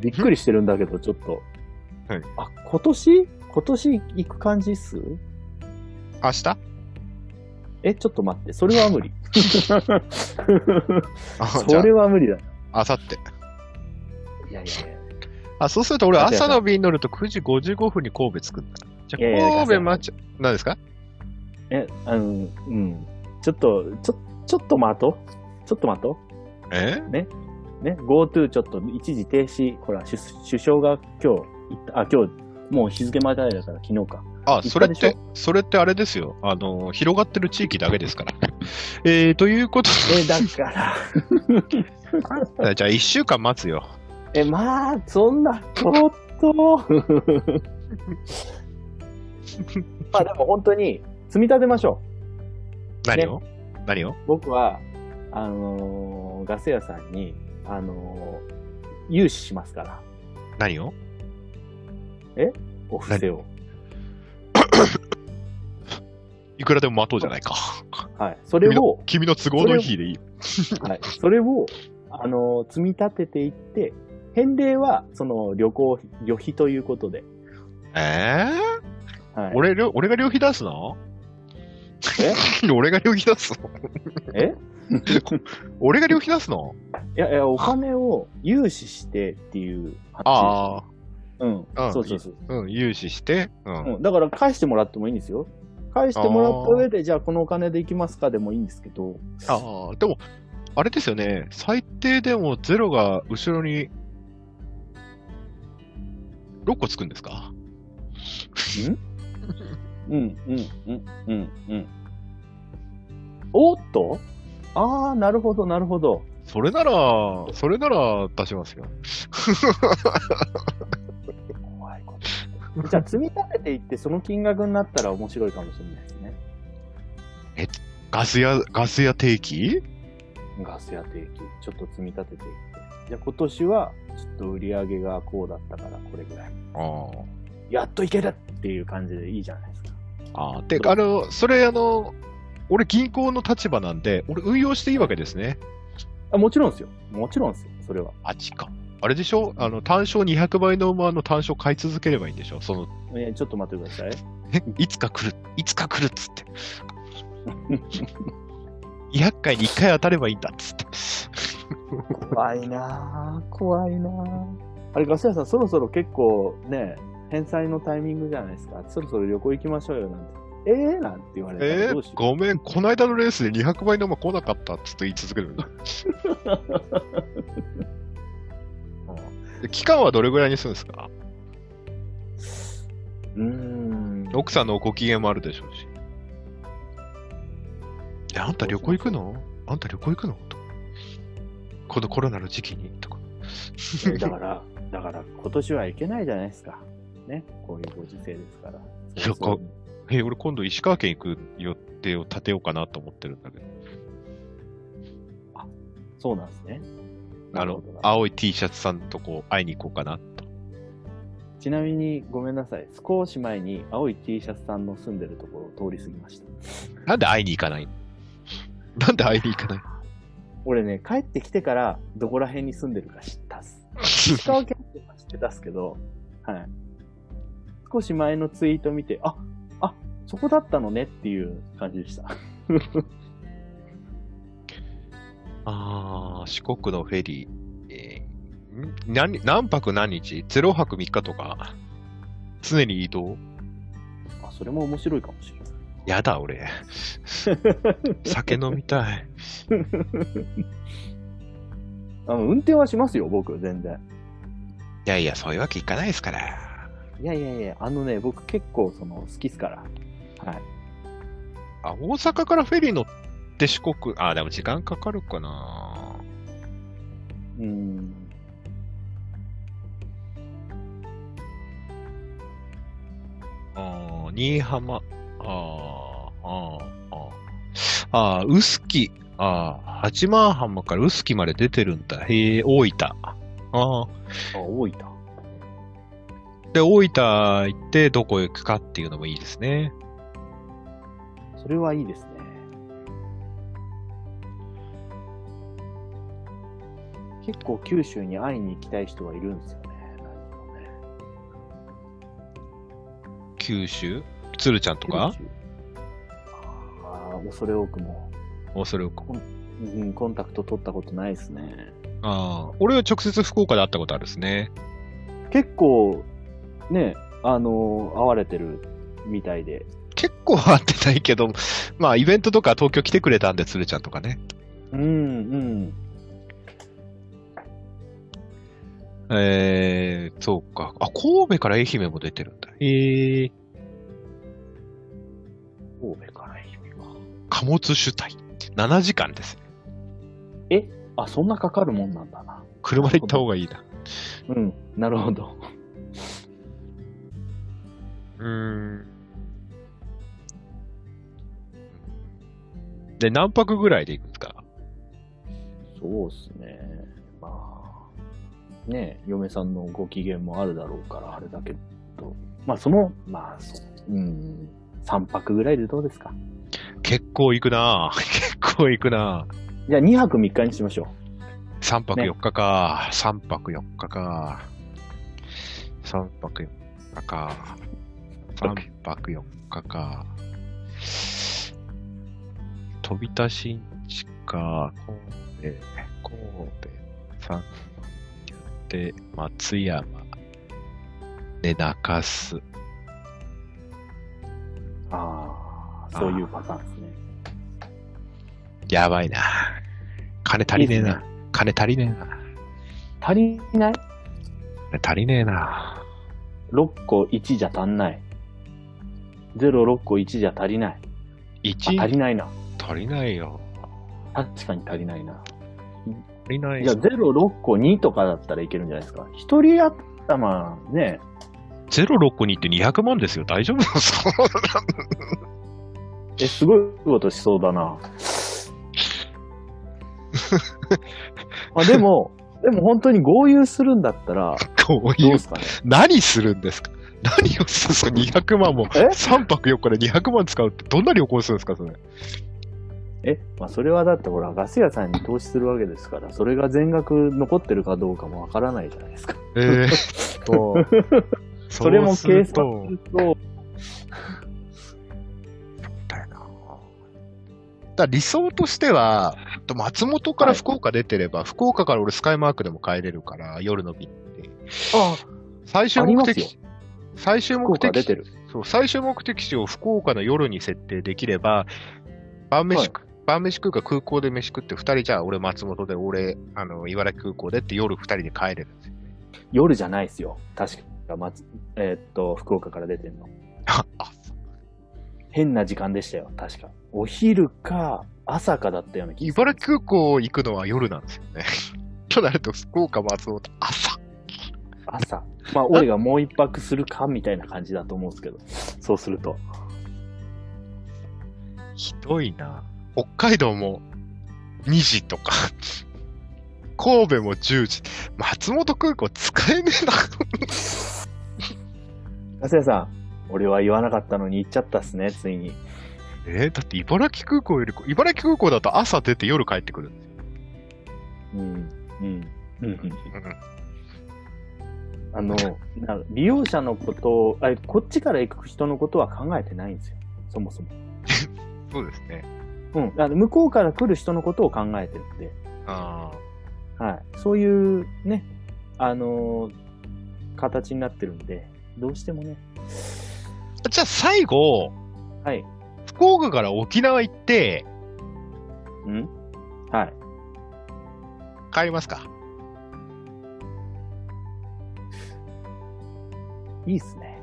びっくりしてるんだけど、ちょっと。はいあ、今年今年行く感じっす明日え、ちょっと待って、それは無理。 [laughs] あ、じゃそれは無理だ。いあ、明後日。やいやいや。あ、そうすると俺明後日朝の便に乗ると9時55分に神戸着くんだ。じいやいやゃあ神戸明待ち、何ですかえ、あの、うん。ちょっと、ちょ、ちょっと待とう。ちょっと待とえう。ね、GoTo ちょっと一時停止。ほら、首首相が今日行った、あ、今日、もう日付またいだから昨日か。あ、一それっ緒でて、それってあれですよ。あの、広がってる地域だけですから。 [laughs] えー、ということえ、だから。で、じゃあ一週間待つよ。 [laughs] え、まあ、そんなこと。まあでも本当に、積み立てましょ何を、何をう。僕は、あのーガス屋さんに、あのー融資しますから、何をお布施を。いくらでも待とうじゃないか。 [laughs] はい。それを、君の都合の日でいい。はい。それを、あのー積み立てていって、返礼は、その、旅行、旅費ということで。えはー、い。俺、りょ俺が旅費出すの [laughs] 俺が旅費出す [laughs] のえ俺が旅費出すのいやいや、お金を融資してっていう話。ああ。うんあ。そうそうそう。うん、融資して、うん。うん、だから返してもらってもいいんですよ。返してもらった上で、じゃあこのお金で行きますかでもいいんですけど、ああ、でも、あれですよね、最低でもゼロが後ろに6個つくんですかうん、うん、うん、うん、うん。おっとああ、なるほど、なるほど。それなら、それなら出しますよ。怖いこと。じゃあ積み立てていって、その金額になったら面白いかもしれないですね。ガス屋、ガス屋定期ガスや定期、ちょっと積み立てていって。じゃあ今年は、ちょっと売り上げがこうだったから、これぐらい。あやっといけるっていう感じでいいじゃないですか。あ。あーで、あの、それあの、俺銀行の立場なんで、俺運用していいわけですね。あもちろんですよ。もちろんですよ。それは。あっちか。あれでしょあの、単勝200倍の馬の単勝買い続ければいいんでしょその、えーちょっと待ってください。え、いつか来る、いつか来るっ [laughs] つって。200回に1回当たればいいんだっつって。怖いなぁ、怖いなぁ。あれ、ガス屋さん、そろそろ結構ね、返済のタイミングじゃないですか。そろそろ旅行行きましょうよ、なんて。ええー、なんて言われたえらどうー、しよごめん、この間のレースで200倍の馬来なかったっつって言い続け [laughs] るんだ。で期間はどれぐらいにするんですかう。うーん。奥さんのご機嫌もあるでしょうし。え、あんた旅行行くのあんた旅行行くのとかこのコロナの時期にとか。だから、だから今年はいけないじゃないですか。ね、こういうご時世ですから。旅行え、俺今度石川県行く予定を立てようかなと思ってるんだけど。そうなんですね。あなのるほど、な青い T シャツさんとこう会いに行こうかなと。ちなみに、ごめんなさい。少し前に青い T シャツさんの住んでるところを通り過ぎました。なんで会いに行か [laughs] ないのなんで会いに行かないの俺ね、帰ってきてからどこら辺に住んでるか知ったっす。石川県って知ってたっすけど、はい。少し前のツイート見て、あ、あ、そこだったのねっていう感じでした。 [laughs] ああ、四国のフェリー。えーん何何泊何日 ?0 泊3日とか常に移動あ、それも面白いかもしれない。やだ、俺。 [laughs] 酒飲みたい。あ運転はしますよ、僕、全然。 [laughs] いやいや、そういうわけいかないですから。いやいやいや、あのね、僕結構その、好きっすから。はい。あ、大阪からフェリー乗って四国。あ、でも時間かかるかな。うーん。あー新居浜。あーあー、あーあー、臼杵。ああ、八幡浜から臼杵まで出てるんだ。へえ、大分。ああ。あ、大分。で、大分行ってどこ行くかっていうのもいいですね。それはいいですね。結構九州に会いに行きたい人はいるんですよね。何人もね九州鶴ちゃんとか九州ああ、恐れ多くも、恐れ多く。うん、コンタクト取ったことないですね。ああ、俺は直接福岡で会ったことあるですね。結構、ね、あのー、会われてるみたいで。結構会ってないけど、まあイベントとか東京来てくれたんで、鶴ちゃんとかね。うん、うん。えー、そうか。あ、神戸から愛媛も出てるんだ。えー、神戸から愛媛か。貨物主体。7時間です。あ、そんなかかるもんなんだな。車で行った方がいいな。うん、なるほど。うーん。で、何泊ぐらいで行くんですかそうっすね。まあ、ねえ嫁さんのご機嫌もあるだろうから、あれだけど。まあ、その、まあ、そう、うん、3泊ぐらいでどうですか結構行くなぁ [laughs] 結構行くなぁじゃあ2泊3日にしましょう。 3泊ね4日か、3泊4日か。3泊4日か。3泊4日か。飛び出しんちか、神戸、神戸、三で、松山、で、泣かす。ああ、そういうパターンですね。やばいな。金足りねえいいっなす。金足りねえな。足りない金足りねえな。 ?6 個1じゃ足んない。06個1じゃ足りない。あ足り1ないな。足りないよ。確かに足りないな。足りないじゃあよ。 06個2とかだったらいけるんじゃないですか。一人頭ね、 06個にって200万ですよ。大丈夫ですかえ、すごいことしそう [laughs] だな。あでも、でも本当に合流するんだったら、こうどういでう。すかね。何するんですか何をするんですか ?200 万も。え3泊4日で200万使うってどんな旅行するんですかそれ。え、まあ、それはだってほら、ガス屋さんに投資するわけですから、それが全額残ってるかどうかもわからないじゃないですか。え [laughs] ー、 [laughs] とそれも計算すそうると、だよな。だから理想としては、と松本から福岡出てれば、福岡から俺スカイマークでも帰れるから、夜の便って。あ最終目ありま的す、最終福目岡的出て地る。そう、最終目的地を福岡の夜に設定できれば、晩飯、はい晩飯食うか空港で飯食って、二人じゃあ俺松本で、俺、あの、茨城空港でって夜二人で帰れるんですよ。夜じゃないですよ。確か、まつ、えーっと、福岡から出てるの。あ、あ変な時間でしたよ、確か。お昼か、朝かだったような気がす茨る城空港行くのは夜なんですよね。 [laughs] となると、福岡、松本、朝。朝。まあ、俺がもう一泊するか、みたいな感じだと思うんですけど。そうすると。ひどいな。北海道も2時とか。神戸も10時。松本空港使えねえな。ガス屋さん、俺は言わなかったのに行っちゃったっすね、ついに。えーだって茨城空港より、茨城空港だと朝出て夜帰ってくる。うん。うん。うん。うんあの、な利用者のことを、あこっちから行く人のことは考えてないんですよ。そもそも。そうですね。うん。あの向こうから来る人のことを考えてるんで。あはい。そういうね、あのー形になってるんで、どうしてもね。あ。じゃあ最後、はい。福岡から沖縄行って、うんはい。帰ります [laughs] か。いいっすね。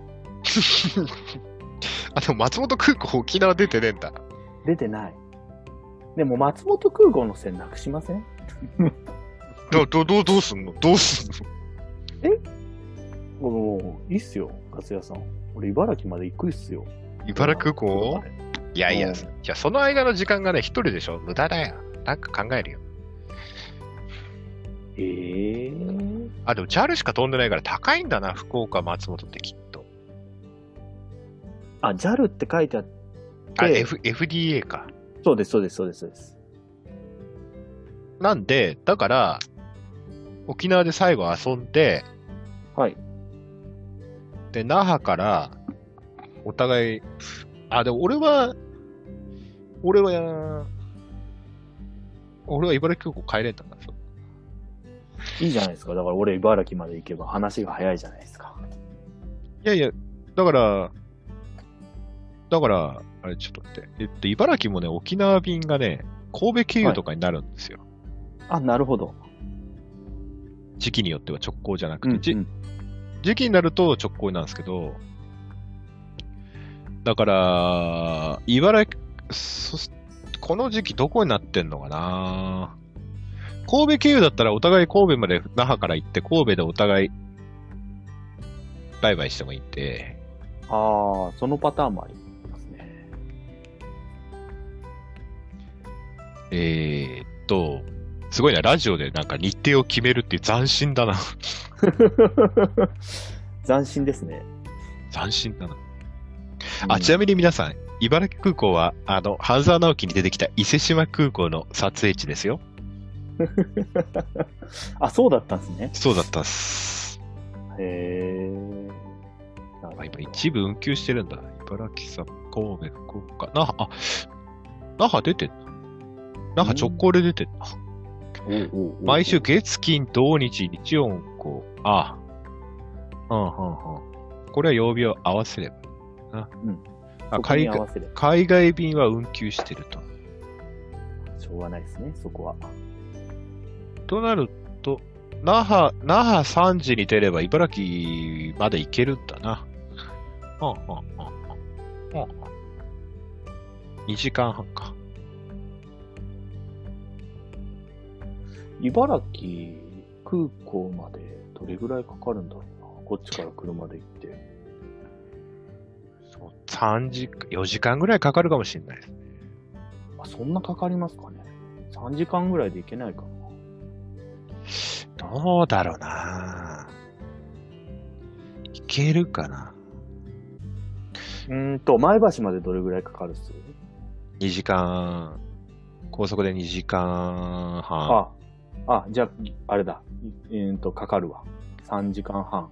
あ、でも松本空港沖縄出てねえんだ。出てない。でも松本空港の線なくしませんど、ど、どう、どうすんのどうすんの僕もう、いいっすよ、ガス屋さん。俺、茨城まで行くっすよ。茨城空港いやいや、うんいや、その間の時間がね、一人でしょ無駄だよ。なんか考えるよ。ええー。あ、でも JAL しか飛んでないから高いんだな、福岡、松本ってきっと。あ、JAL って書いてあって、あ、ええ F、FDA か。そうです、そうです、そうです、そうです。なんで、だから、沖縄で最後遊んで、はい。で、那覇から、お互い、あ、でも俺は、俺は、俺は茨城空港帰れたんだ。そういいじゃないですか。だから俺、茨城まで行けば話が早いじゃないですか。いやいや、だから、だから、あれ、ちょっと待って。えっと、茨城もね、沖縄便がね、神戸経由とかになるんですよ。あ、なるほど。時期によっては直行じゃなくて、じうん時期になると直行なんですけど、だから、茨城、そこの時期どこになってんのかな神戸経由だったらお互い神戸まで那覇から行って、神戸でお互い、バイバイしてもいいんで、ああ、そのパターンもありますね。 [laughs] えー、っと、すごいな、ラジオでなんか日程を決めるっていう斬新だな。 [laughs] 斬新ですね。斬新だな。あ、ちなみに皆さん、茨城空港は、あの、半沢直樹に出てきた伊勢島空港の撮影地ですよ。 [laughs] あ、そうだったんですね。そうだったっす。へえ。なるほあど今一部運休してるんだ。茨城、さ神戸、福岡、那覇、あ、那覇出てんな。那覇直行で出てんな。おうおうおう毎週月、金、土、日、日曜、こう、ああ。うん、うん、うん。これは曜日を合わせればいいな。うんあそこ海に合外わせれば海外便は運休してると。しょうがないですね、そこは。となると、那覇、那覇3時に出れば茨城まで行けるんだな。うんうんうんうん。うん2時間半か。茨城空港までどれぐらいかかるんだろうな。こっちから車で行って。そう3時、4時間ぐらいかかるかもしれないです。あ、そんなかかりますかね。3時間ぐらいで行けないかな。どうだろうな行けるかなうーんと、前橋までどれぐらいかかるっす ?2 時間、高速で2時間半。ああ、じゃあ、あれだ。えー、と、かかるわ。3時間半。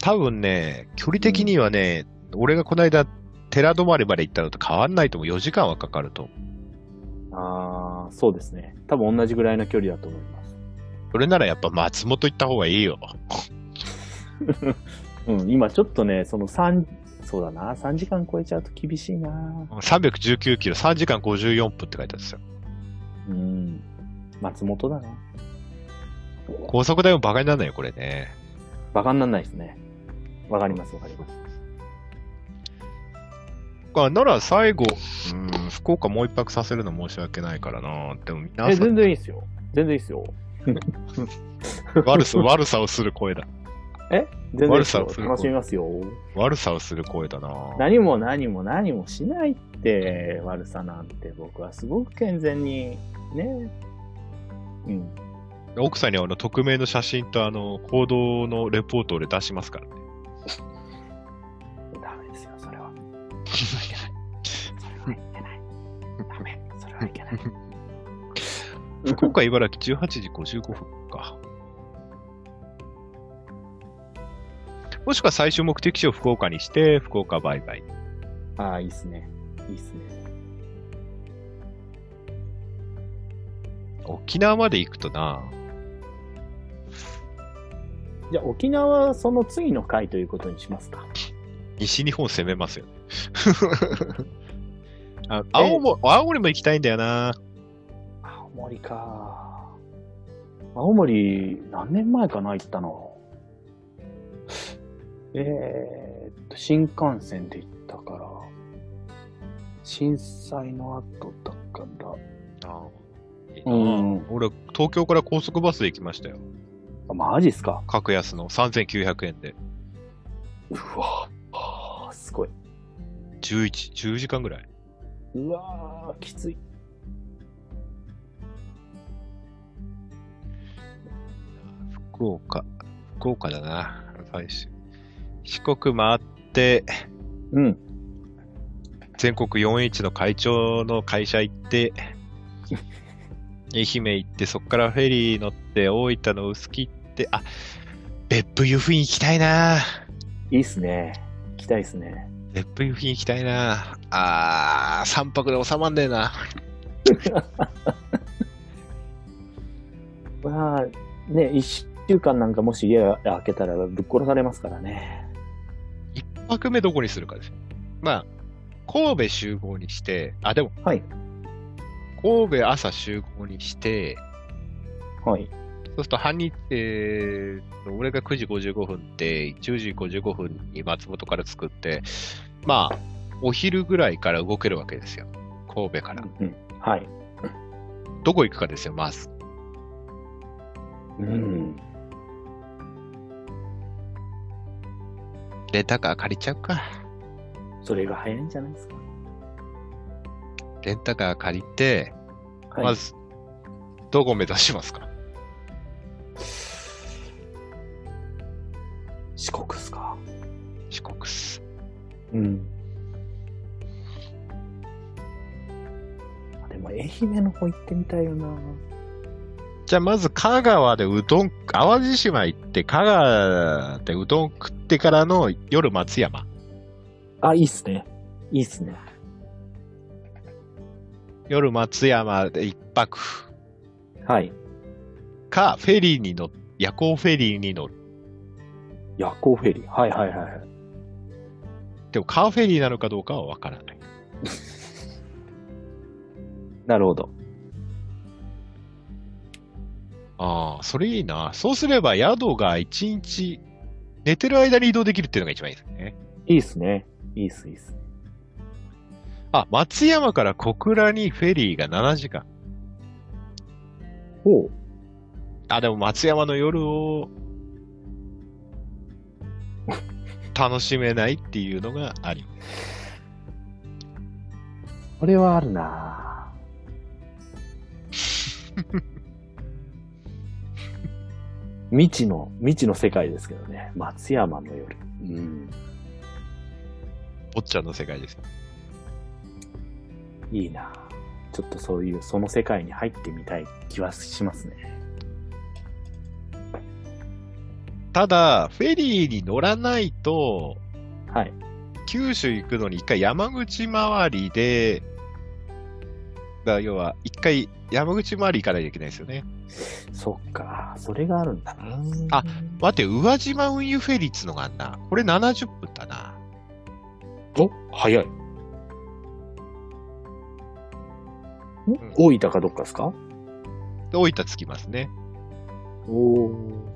多分ね、距離的にはね、俺がこの間、寺泊まりまで行ったのと変わんないと思う。4時間はかかると思うああ、そうですね。多分同じぐらいの距離だと思います。それならやっぱ松本行った方がいいよ。うん、今ちょっとね、その3、そうだな、3時間超えちゃうと厳しいな。 319キロ、3時間54分って書いてあるんですよ。うん、松本だな。高速代もバカにならないよ、これね。バカにならないですね。わかります、わかります。あなら最後、うん、福岡もう一泊させるの申し訳ないからな。でもみんなえ、朝全然いいっすよ。全然いいっすよ。 [laughs] 悪さ、悪さをする声だ。 [laughs] 全然いいっすよ悪さをする楽しみますよ。悪さをする声だな。何も何も何もしないって、悪さなんて僕はすごく健全に、ね。うん。奥さんにはあの、匿名の写真とあの、行動のレポートを俺出しますからね。ダメですよ、[laughs] それは。それはいけない。それはいけない。ダメ。それはいけない。福岡、茨城、18時55分か。もしくは最終目的地を福岡にして、福岡バイバイ。ああ、いいっすね。いいっすね。沖縄まで行くとな、じゃあ、沖縄はその次の回ということにしますか。西日本攻めますよね。 [laughs] あ青森青森も行きたいんだよな。青森か。青森、何年前かな、行ったの。えーっと、新幹線で行ったから、震災の後だから、いいなうん俺、東京から高速バスで行きましたよ。あマジっすか。格安の3900円で。うわあーすごい。 11、10時間ぐらい。うわーきつい。福岡。福岡だな。最終。四国回って、うん。全国41の会長の会社行って、愛媛行って、そこからフェリー乗って、大分の臼杵行って、あ、別府湯布院行きたいないいっすね。行きたいっすね。別府湯布院行きたいなあー、3泊で収まんねえな。まあ、ね、一週間なんかもし家開けたらぶっ殺されますからね。 1泊目どこにするかですよ。まあ、神戸集合にして、あ、でも、はい。神戸朝集合にして、はい。そうすると半日、えーっと、俺が9時55分で、10時55分に松本から作って、まあ、お昼ぐらいから動けるわけですよ。神戸から。うん。はい。どこ行くかですよ、まず。うん。レンタカー借りちゃうか。それが早いんじゃないですか。レンタカー借りて、はい。まず、どこ目指しますか四国っすか。四国っす。うん。でも、愛媛の方行ってみたいよな。じゃあ、まず香川でうどん、淡路島行って、香川でうどん食ってからの夜松山。あ、いいっすね。いいっすね。夜松山で一泊。はい。か、フェリーに乗っ夜行フェリーに乗る。夜行フェリー。はいはいはいはい。でもカーフェリーなのかどうかはわからない。なるほど。ああ、それいいな。そうすれば宿が1日寝てる間に移動できるっていうのが一番いいですね。いいっすね。いいっす、いいっす。あ、松山から小倉にフェリーが7時間。ほう。あ、でも松山の夜を楽しめないっていうのがあります。これはある [laughs] なぁ未知の、未知の世界ですけどね。松山の夜。うん。坊ちゃんの世界です。いいなぁちょっとそういう、その世界に入ってみたい気はしますね。ただ、フェリーに乗らないと、はい。九州行くのに一回山口周りで、だから要は一回山口周り行かないといけないですよね。そっか。それがあるんだなあ、待って、宇和島運輸フェリーっつのがあんな。これ70分だな。お早い。ん大分かどっかですかで、大分着きますね。おお。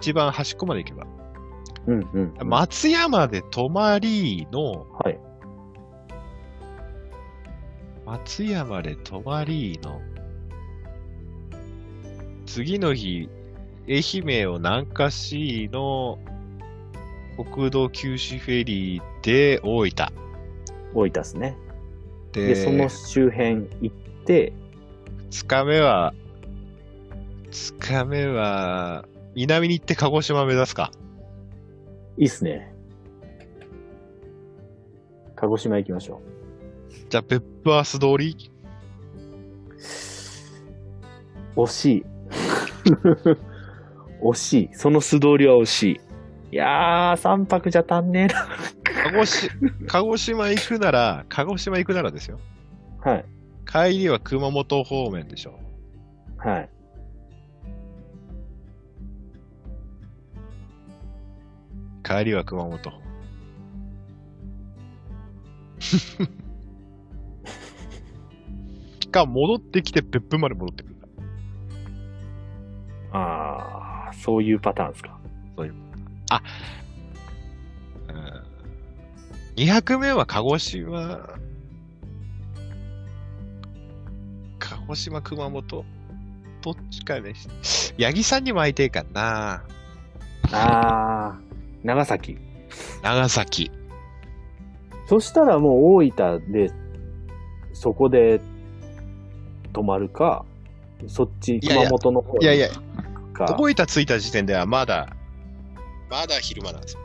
一番端っこまで行けば。うんうん。松山で泊まりの、はい。松山で泊まりの、次の日、愛媛を南下しの、国道九州フェリーで大分。大分ですね。で、で、その周辺行って、 2日目は、2日目は、南に行って鹿児島目指すか。いいっすね。鹿児島行きましょじゃあ、別府アス通りう。惜しい。 [laughs] 惜しい。その素通りは惜しい。いやー、三泊じゃ足んねえな。鹿児し鹿児島行くなら、鹿児島行くならですよ。はい。帰りは熊本方面でしょ。はい。帰りは熊本。か、戻ってきて別府まで戻ってくる。あー、そういうパターンですか。うん。200目は鹿児島、鹿児島、熊本、どっちかでし。八木さんにも会いてえかな。あー、長崎。長崎。そしたらもう大分で、そこで泊まるか、そっち、いやい熊や本の方いやいや、行くか。覚えた着いた時点ではまだ、まだ昼間なんですよ。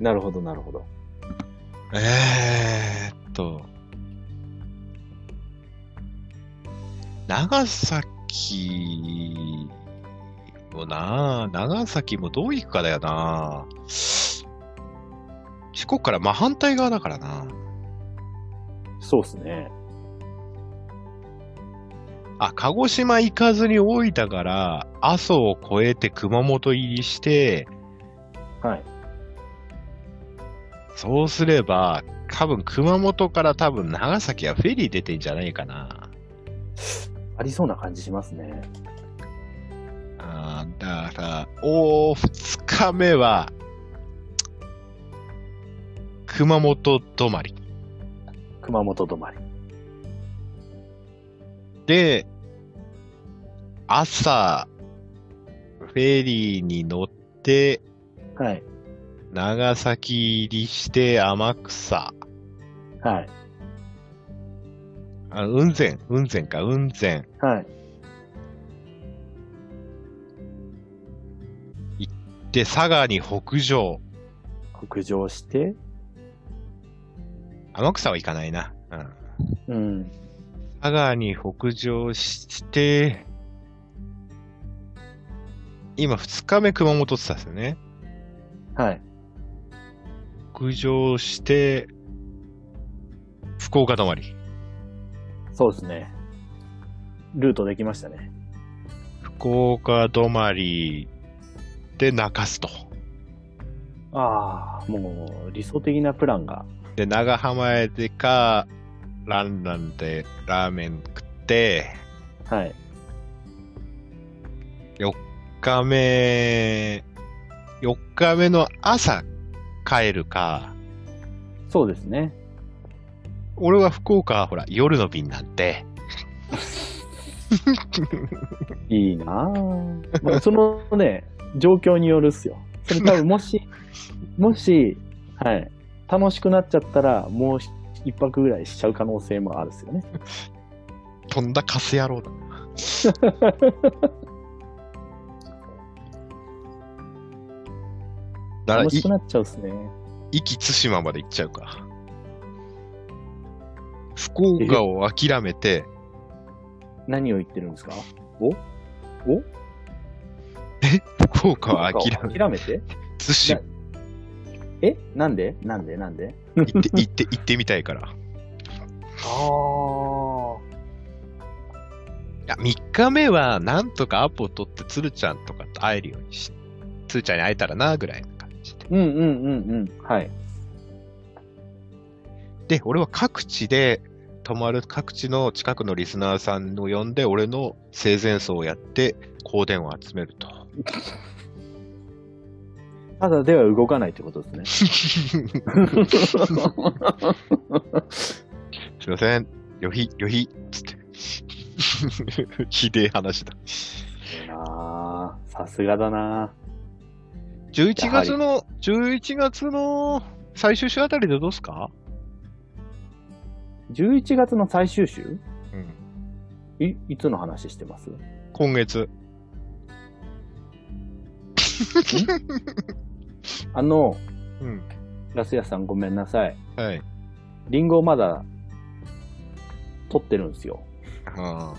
なるほど、なるほど。えーっと、長崎もなあ、長崎もどう行くかだよなあ。四国から真反対側だからな。そうですね。あ、鹿児島行かずに大分から、阿蘇を越えて熊本入りして、はい。そうすれば、多分熊本から多分長崎はフェリー出てんじゃないかな。ありそうな感じしますね。あーだから、おー、二日目は、熊本泊まり。熊本泊まり。で、朝、フェリーに乗って、はい。長崎入りして天草。はい。あ、雲仙、雲仙か、雲仙はい。で、佐賀に北上。北上して、天草は行かないな。うん。うん。佐賀に北上して、今二日目熊本って言ったんですよね。はい。北上して、福岡泊まり。そうですね。ルートできましたね。福岡泊まりで中洲と。ああ、もう理想的なプランが。で、長浜へでか、ランランでラーメン食って、はい。 4日目、4日目の朝帰るか、そうですね。俺は福岡はほら、夜の便なんで、いいなあ [laughs] まあ、そのね、状況によるっすよ。それ多分も [laughs] し、もし、はい、楽しくなっちゃったら、もう一泊ぐらいしちゃう可能性もあるっすよね。とんだカス野郎だ。だから楽いしくなっちゃうっすね。壱岐対馬まで行っちゃうか。福岡を諦めて、何を言ってるんですか福岡を諦なんめか諦めてて、対えなんでなんでなんで馬行って、行って、行ってみたいから。いああ。や、3日目は、なんとかアポを取って、鶴ちゃんとかと会えるようにし、鶴ちゃんに会えたらな、ぐらいの感じで。うんうんうんうん。はい。で、俺は各地で、泊まる各地の近くのリスナーさんを呼んで、俺の生前葬をやって、香典を集めると。ただでは動かないってことですね。すいません。旅費、旅 [laughs] 費、つって。ひでえ話だ。ああ、さすがだな。 11月の、11月の最終週あたりでどうすか11月の最終週うん。い、いつの話してます今月。あの、うん。ガス屋さんごめんなさい。はい。リンゴまだ、取ってるんですよ。ああ。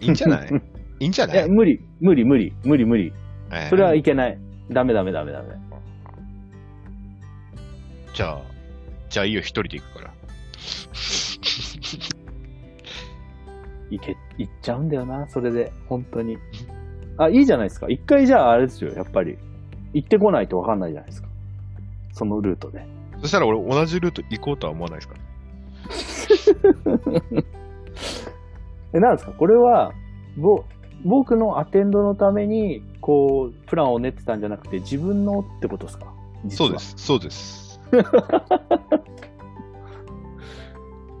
いいんじゃ [laughs] ないいいんじゃないえ、無理、無理、無理、無理、無理。えーそれはいけない。ダメダメダメダメ。じゃあ、じゃあいいよ、一人で行くから。いけ、いっちゃうんだよな、それで。本当に。あ、いいじゃないですか。一回じゃああれですよ、やっぱり。行ってこないとわかんないじゃないですか。そのルートで。そしたら俺同じルート行こうとは思わないですかえ、なんですかこれは、ぼ、僕のアテンドのために、こう、プランを練ってたんじゃなくて、自分のってことですかそうで。実はす、そうです。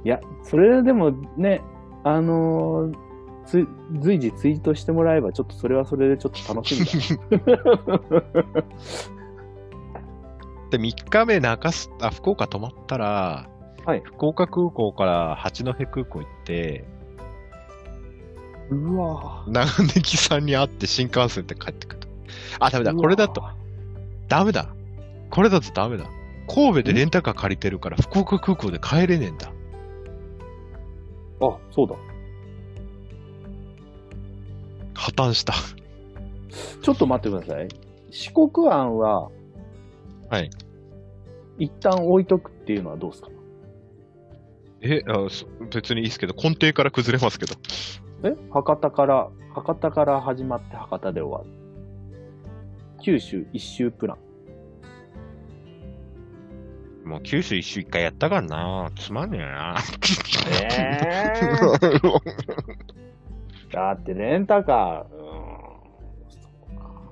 いや、それでもね、あのーつ、随時ツイートしてもらえば、ちょっとそれはそれでちょっと楽しみだ [laughs] な。で、3日目中す、あ、福岡泊まったら、はい福岡空港から八戸空港行って、うわ長ネギさんに会って新幹線で帰ってくる。あ、ダメだ。うわこれだと。ダメだ。これだとダメだ。神戸でレンタカー借りてるから福岡空港で帰れねえんだ。ぁあ、そうだ。破綻した。ちょっと待ってください。四国案は、はい。一旦置いとくっていうのはどうですかえ、あそ別にいいですけど、根底から崩れますけど。え博多から、博多から始まって博多で終わる。九州一周プラン。もう九州一周一回やったからな。つまんねえ [laughs] な。 [laughs] だってレンタカー、うーん、そうか。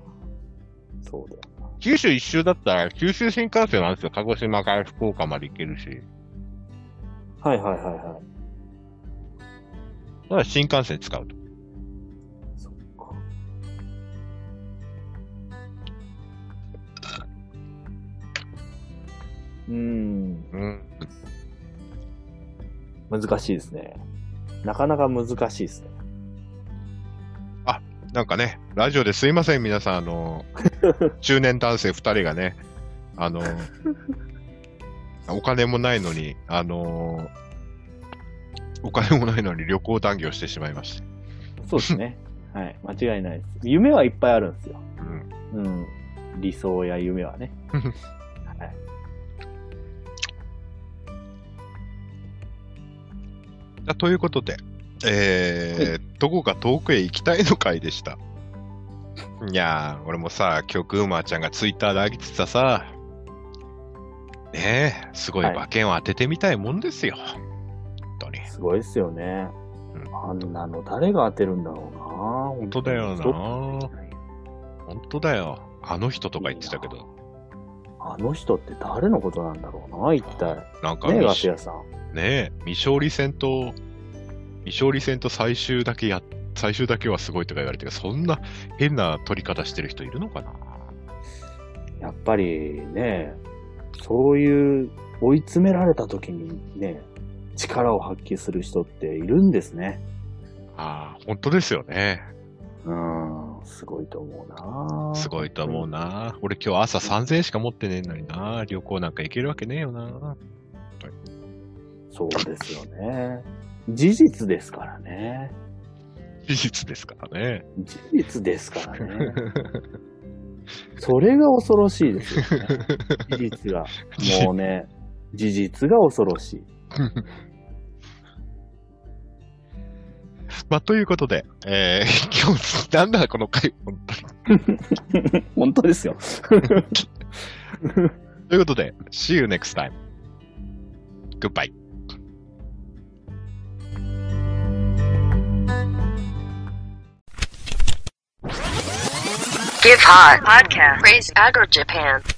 そうだよ。九州一周だったら九州新幹線なんですよ。鹿児島から福岡まで行けるし。はいはいはいはい。ただ新幹線使うと。そっか。うーん、うん。難しいですね。なかなか難しいですね。なんかね、ラジオですいません、皆さん、あ [laughs] の、中年男性2人がね、あの、お金もないのに、あの、お金もないのに旅行談義をしてしまいました。そうです [laughs] ね。はい、間違いないです。夢はいっぱいあるんですよ。うん。うん、理想や夢は [laughs] ね。はいあということで、えー、どこか遠くへ行きたいの回でした。いやー、俺もさ、今日、グーマーちゃんがツイッターで上げてたさ、ねえ、すごいはい馬券を当ててみたいもんですよ。本当に。すごいですよね。うんあんなの誰が当てるんだろうな本当だよなストップ本当だよ。あの人とか言ってたけいいど、あの人って誰のことなんだろうな一体。なんかねえ、ガ未ス屋さん。ねえ、未勝利戦と、未勝利戦と最終だけや、最終だけはすごいとか言われてるけど、そんな変な取り方してる人いるのかなやっぱりね、そういう追い詰められた時にね、力を発揮する人っているんですね。ああ、本当ですよね。うん、すごいと思うなすごいと思うな。俺今日朝3000円しか持ってねえのにな。旅行なんか行けるわけねえよな。そうですよね。事実ですからね。事実ですから [laughs] ね。事実ですか [laughs] らね。それが恐ろしいですよね。事実が。もうね、事実が恐ろしい。まあ、ということで、えー、 [laughs] 今日、なんだこの回、本当に。本当ですよ。ということで、See you next time. Goodbye. Give Hot Podcast. Praise Agro Japan.